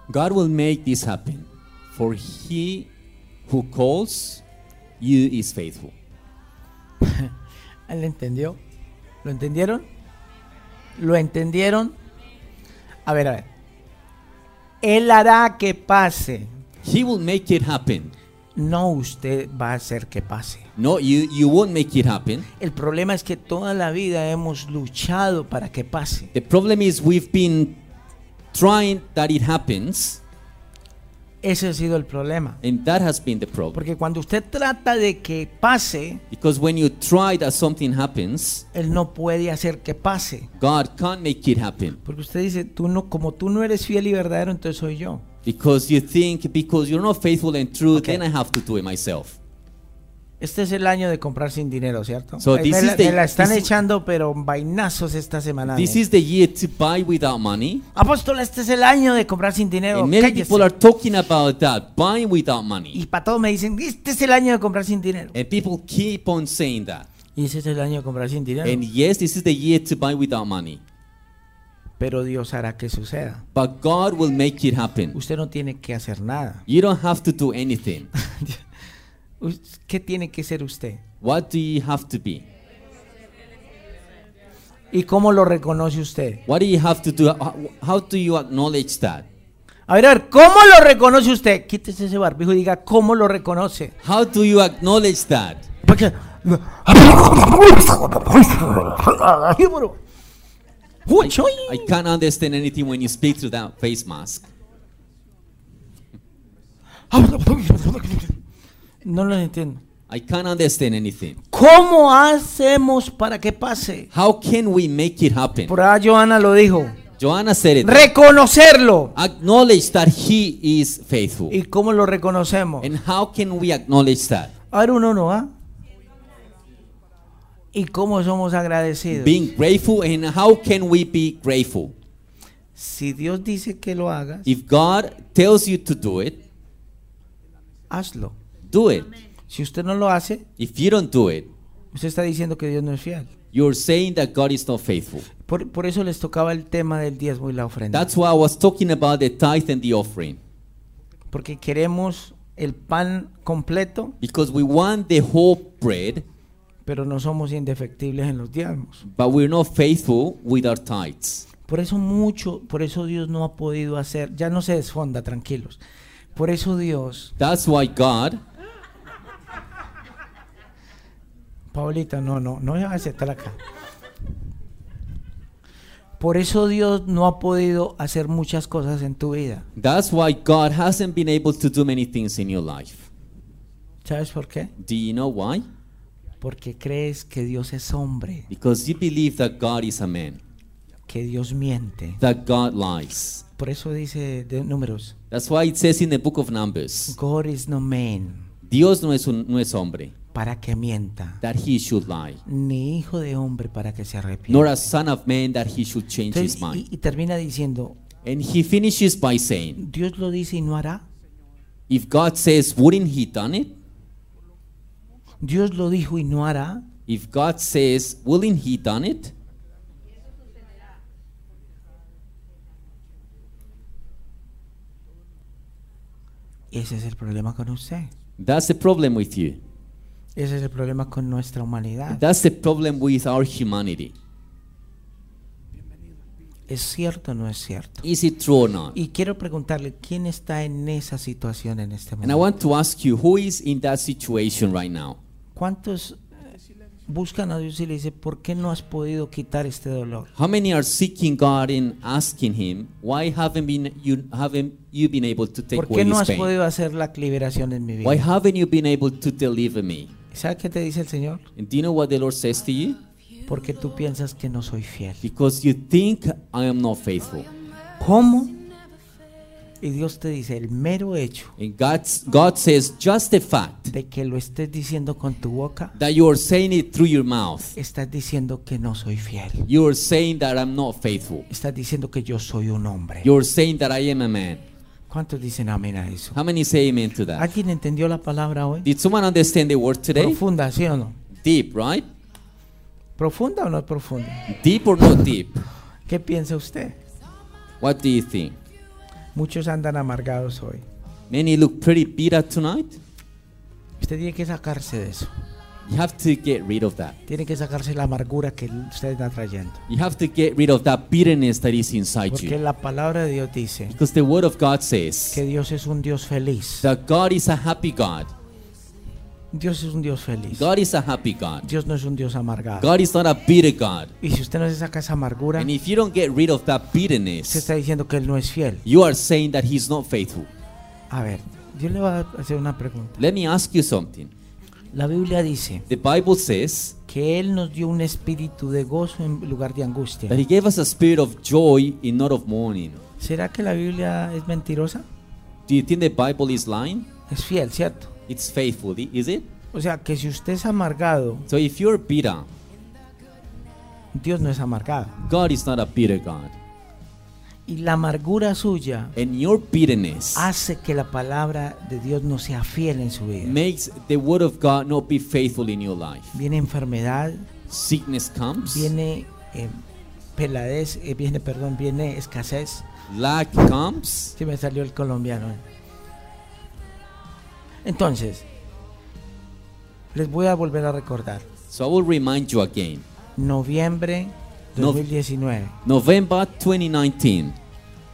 S3: God will make this happen, for he who calls you is faithful.
S2: ¿Él entendió? ¿Lo entendieron? ¿Lo entendieron? A ver, a ver. Él hará que pase.
S3: He will make it happen.
S2: No usted va a hacer que pase.
S3: No, you, you won't make it happen.
S2: El problema es que toda la vida hemos luchado para que pase.
S3: The problem is we've been trying that it happens,
S2: Ese ha sido el problema.
S3: and that has been the problem.
S2: Porque cuando usted trata de que pase,
S3: Because when you try that something happens,
S2: él no puede hacer que pase.
S3: God can't make it happen.
S2: Porque usted dice, tú no, como tú no eres fiel y verdadero, entonces soy yo.
S3: Because you think because you're not faithful and true,
S2: Okay.
S3: then I have to do it myself.
S2: Este es el año de comprar sin dinero, ¿cierto?
S3: So
S2: Ay,
S3: this
S2: me,
S3: is
S2: la,
S3: the-
S2: me la están
S3: this is-
S2: echando, pero vainazos esta semana.
S3: This is the year to buy without money.
S2: Apóstol, este es el año de comprar sin dinero.
S3: And many
S2: cállese.
S3: people are talking about that, buying without
S2: Y
S3: money.
S2: para todos me dicen, este es el año de comprar sin dinero.
S3: And people keep on saying that.
S2: Y ese es el año de comprar sin dinero.
S3: And yes, this is the year to buy without money.
S2: Pero Dios hará que suceda.
S3: But God will make it happen.
S2: Usted no tiene que hacer nada.
S3: You don't have to
S2: [LAUGHS]
S3: do anything.
S2: Us- ¿Qué tiene que ser usted?
S3: What do you have to be?
S2: ¿Y cómo lo reconoce usted?
S3: What do you have to do? How, how do you acknowledge that?
S2: A ver, a ver, ¿cómo lo reconoce usted? Quítese ese barbijo y diga, ¿cómo lo reconoce?
S3: How do you acknowledge that?
S2: Porque- Uy, uy.
S3: I can't understand anything when you speak through that face mask.
S2: No lo entiendo.
S3: I can't understand anything.
S2: ¿Cómo hacemos para que pase?
S3: How can we make it happen?
S2: Por allá Joana lo dijo.
S3: Joanna said it.
S2: Reconocerlo.
S3: Acknowledge that he is faithful.
S2: ¿Y cómo lo reconocemos?
S3: And how can we acknowledge that?
S2: Ahora uno no va. ¿Y cómo somos agradecidos?
S3: Being grateful and how can we be grateful?
S2: Si Dios dice que lo hagas,
S3: If God tells you to do it,
S2: hazlo.
S3: do it.
S2: Si usted no lo hace,
S3: If you don't do it,
S2: Usted está diciendo que Dios no es fiel.
S3: you're saying that God is not faithful.
S2: Por, por eso les tocaba el tema del diezmo y la ofrenda.
S3: That's why I was talking about the tithe and the offering.
S2: Porque queremos el pan completo,
S3: Because we want the whole bread,
S2: pero no somos indefectibles en los diezmos.
S3: but we're not faithful with our tithes.
S2: Por eso mucho, por eso Dios no ha podido hacer, ya no se desfonda, tranquilos. Por eso Dios,
S3: That's why God,
S2: Paulita, no, no, no ya se está la cara. Por eso Dios no ha podido hacer muchas cosas en tu vida.
S3: that's why God hasn't been able to do many things in your life.
S2: ¿Sabes por qué?
S3: Do you know why?
S2: Porque crees que Dios es hombre,
S3: Because you believe that God is a man,
S2: que Dios miente.
S3: that God lies.
S2: Por eso dice de números,
S3: That's why it says in the book of Numbers,
S2: God is no man
S3: Dios no es, un, no es hombre,
S2: para que mienta,
S3: that he should lie,
S2: ni hijo de hombre para que se
S3: nor
S2: arrepienta.
S3: a son of man that he should change
S2: Entonces,
S3: his
S2: y,
S3: mind.
S2: y termina diciendo,
S3: And he finishes by saying,
S2: Dios lo dice y no hará,
S3: if God says, wouldn't he done it?
S2: Dios lo dijo y no hará,
S3: If God says, wouldn't he done it?
S2: ese es el problema con usted,
S3: That's the problem with you.
S2: ese es el problema con nuestra humanidad.
S3: That's the problem with our humanity.
S2: ¿Es cierto o no es cierto?
S3: Is it true or not?
S2: Y quiero preguntarle, ¿quién está en esa situación en este
S3: And I
S2: momento?
S3: want to ask you, who is in that situation right now?
S2: ¿Cuántos eh, buscan a Dios y le dicen, ¿por qué no has podido quitar este dolor?
S3: How many are seeking God and asking Him, why haven't been you haven't you been able to take
S2: ¿Por
S3: away
S2: qué no
S3: this
S2: has
S3: pain?
S2: podido hacer la liberación en mi vida?
S3: Why haven't you been able to deliver me?
S2: ¿Sabes qué te dice el Señor?
S3: And do you know what the Lord says to you?
S2: porque tú piensas que no soy fiel.
S3: because you think I am not faithful.
S2: ¿Cómo? Y Dios te dice, el mero hecho
S3: And God, God says, just the fact
S2: de que lo estés diciendo con tu boca,
S3: that you are saying it through your mouth,
S2: estás diciendo que no soy fiel.
S3: you are saying that I'm not faithful.
S2: Estás diciendo que yo soy un hombre.
S3: You're saying that I am a man.
S2: ¿Cuántos dicen amén a eso?
S3: How many say amen to that?
S2: ¿Alguien entendió la palabra hoy?
S3: Did someone understand the word today?
S2: Profunda, ¿sí o no?
S3: Deep, right?
S2: ¿Profunda o no profunda?
S3: Deep or not deep?
S2: ¿Qué piensa usted?
S3: What do you think?
S2: Muchos andan amargados hoy.
S3: Many look pretty beat up tonight.
S2: Usted tiene que sacarse de eso.
S3: You have to get rid of that.
S2: Tiene que sacarse la amargura que usted está trayendo.
S3: You have to get rid of that bitterness that is inside
S2: Porque
S3: you.
S2: la palabra de Dios dice
S3: Because the word of God
S2: que
S3: says
S2: Dios es un Dios feliz.
S3: that God is a happy God.
S2: Dios es un Dios feliz.
S3: God is a happy God.
S2: Dios no es un Dios amargado.
S3: God is not a bitter God.
S2: Y si usted no se saca esa amargura,
S3: And if you don't get rid of that
S2: se
S3: bitterness,
S2: está diciendo que Él no es fiel.
S3: you are saying that He's not faithful.
S2: A ver, yo le voy a hacer una pregunta.
S3: Let me ask you something.
S2: La Biblia dice
S3: The Bible says
S2: que Él nos dio un espíritu de gozo en lugar de angustia.
S3: that He gave us a spirit of joy and not of mourning.
S2: ¿Será que la Biblia es mentirosa?
S3: Do you think the Bible is lying?
S2: Es fiel, ¿cierto?
S3: It's faithful, i- is it?
S2: O sea, que si usted es amargado,
S3: So if you're bitter,
S2: Dios no es amargado.
S3: God is not a bitter God.
S2: Y la amargura suya
S3: And your bitterness
S2: hace que la palabra de Dios no sea fiel en su vida.
S3: makes the word of God not be faithful in your life.
S2: Viene enfermedad,
S3: Sickness comes,
S2: viene eh, peladez, eh, viene, perdón, viene escasez.
S3: lack comes.
S2: Se me salió el colombiano. eh. Entonces, les voy a volver a recordar.
S3: So I will remind you again.
S2: Noviembre
S3: No-
S2: 2019
S3: November 2019.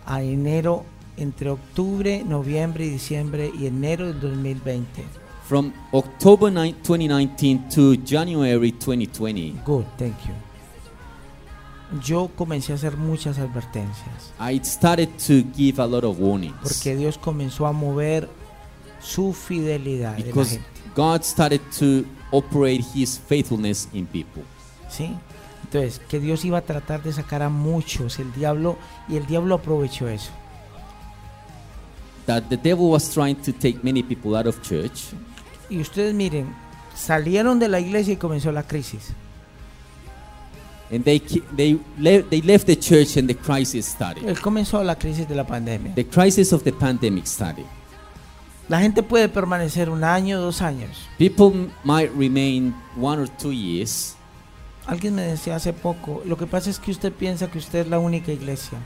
S2: a enero, entre octubre, noviembre y diciembre y enero del 2020.
S3: From October 9, 2019 to January 2020,
S2: Good, thank you. Yo comencé a hacer muchas advertencias
S3: I started to give a lot of warnings.
S2: porque Dios comenzó a mover su fidelidad en la
S3: Because
S2: gente,
S3: God started to operate His faithfulness in people.
S2: ¿sí? Entonces, que Dios iba a tratar de sacar a muchos, el diablo, y el diablo aprovechó eso.
S3: That the devil was trying to take many people out of church.
S2: Y ustedes miren, salieron de la iglesia y comenzó la crisis.
S3: And they ki- they left they left the church and the crisis started.
S2: Él comenzó la crisis de la pandemia.
S3: The crisis of the pandemic started.
S2: La gente puede permanecer un año, dos años.
S3: People m- might remain one or two years.
S2: Alguien me decía hace poco, lo que pasa es que usted piensa que usted es la única iglesia,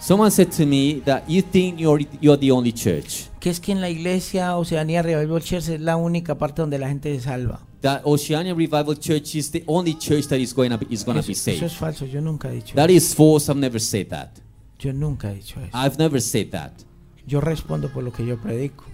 S3: Someone said to me that you think you're you're the only church.
S2: que es que en la iglesia Oceanía Revival Church es la única parte donde la gente se salva.
S3: That Oceania Revival Church is the only church that is going to be, is going to
S2: Eso,
S3: be
S2: eso es
S3: saved.
S2: falso, yo nunca he dicho
S3: That
S2: eso.
S3: is false. I've never said that.
S2: Yo nunca he dicho eso.
S3: I've never said that.
S2: Yo respondo por lo que yo predico.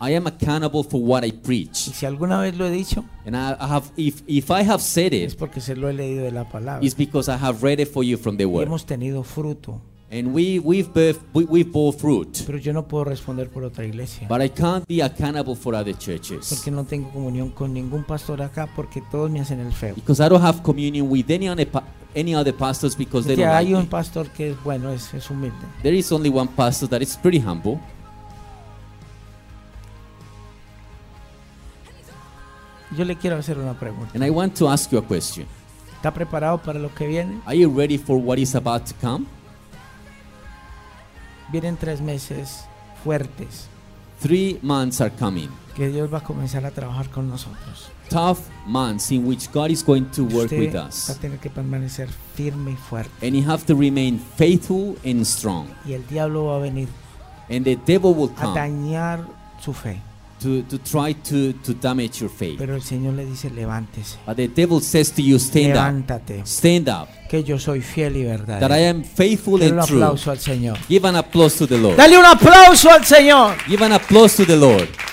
S3: I am accountable for what I preach,
S2: Y si alguna vez lo he dicho,
S3: and I, I have if if I have said
S2: es
S3: it,
S2: porque se lo he leído de la palabra.
S3: it's because I have read it for you from the
S2: Y
S3: Word.
S2: hemos tenido fruto,
S3: And we we've birth, we, we bore fruit.
S2: pero yo no puedo responder por otra iglesia.
S3: But I can't be accountable for other churches.
S2: Porque no tengo comunión con ningún pastor acá porque todos me hacen el feo.
S3: Because I don't have communion with any other, pa- any other pastors because they
S2: Que
S3: don't like
S2: hay un
S3: me.
S2: pastor que es bueno, es, es humilde.
S3: There is only one pastor that is pretty humble.
S2: Yo le quiero hacer una pregunta.
S3: And I want to ask you a question.
S2: ¿Está preparado para lo que viene?
S3: Are you ready for what is about to come?
S2: Vienen tres meses fuertes
S3: Three months are coming.
S2: que Dios va a comenzar a trabajar con nosotros.
S3: Tough months in which God is going to work
S2: Usted
S3: with
S2: va a
S3: us.
S2: tener que permanecer firme y fuerte.
S3: And you have to remain faithful and strong.
S2: Y el diablo va a venir
S3: And the devil will
S2: a
S3: come
S2: dañar su fe.
S3: to, to try to, to damage your faith.
S2: Pero el Señor le dice, levántese.
S3: But the devil says to you, stand up.
S2: Levántate.
S3: Stand up.
S2: Que yo soy fiel y
S3: that I
S2: verdadero.
S3: am faithful
S2: Dale
S3: and
S2: un
S3: true.
S2: aplauso al Señor.
S3: Give an applause to the Lord.
S2: Dale un aplauso al Señor.
S3: Give an applause to the Lord.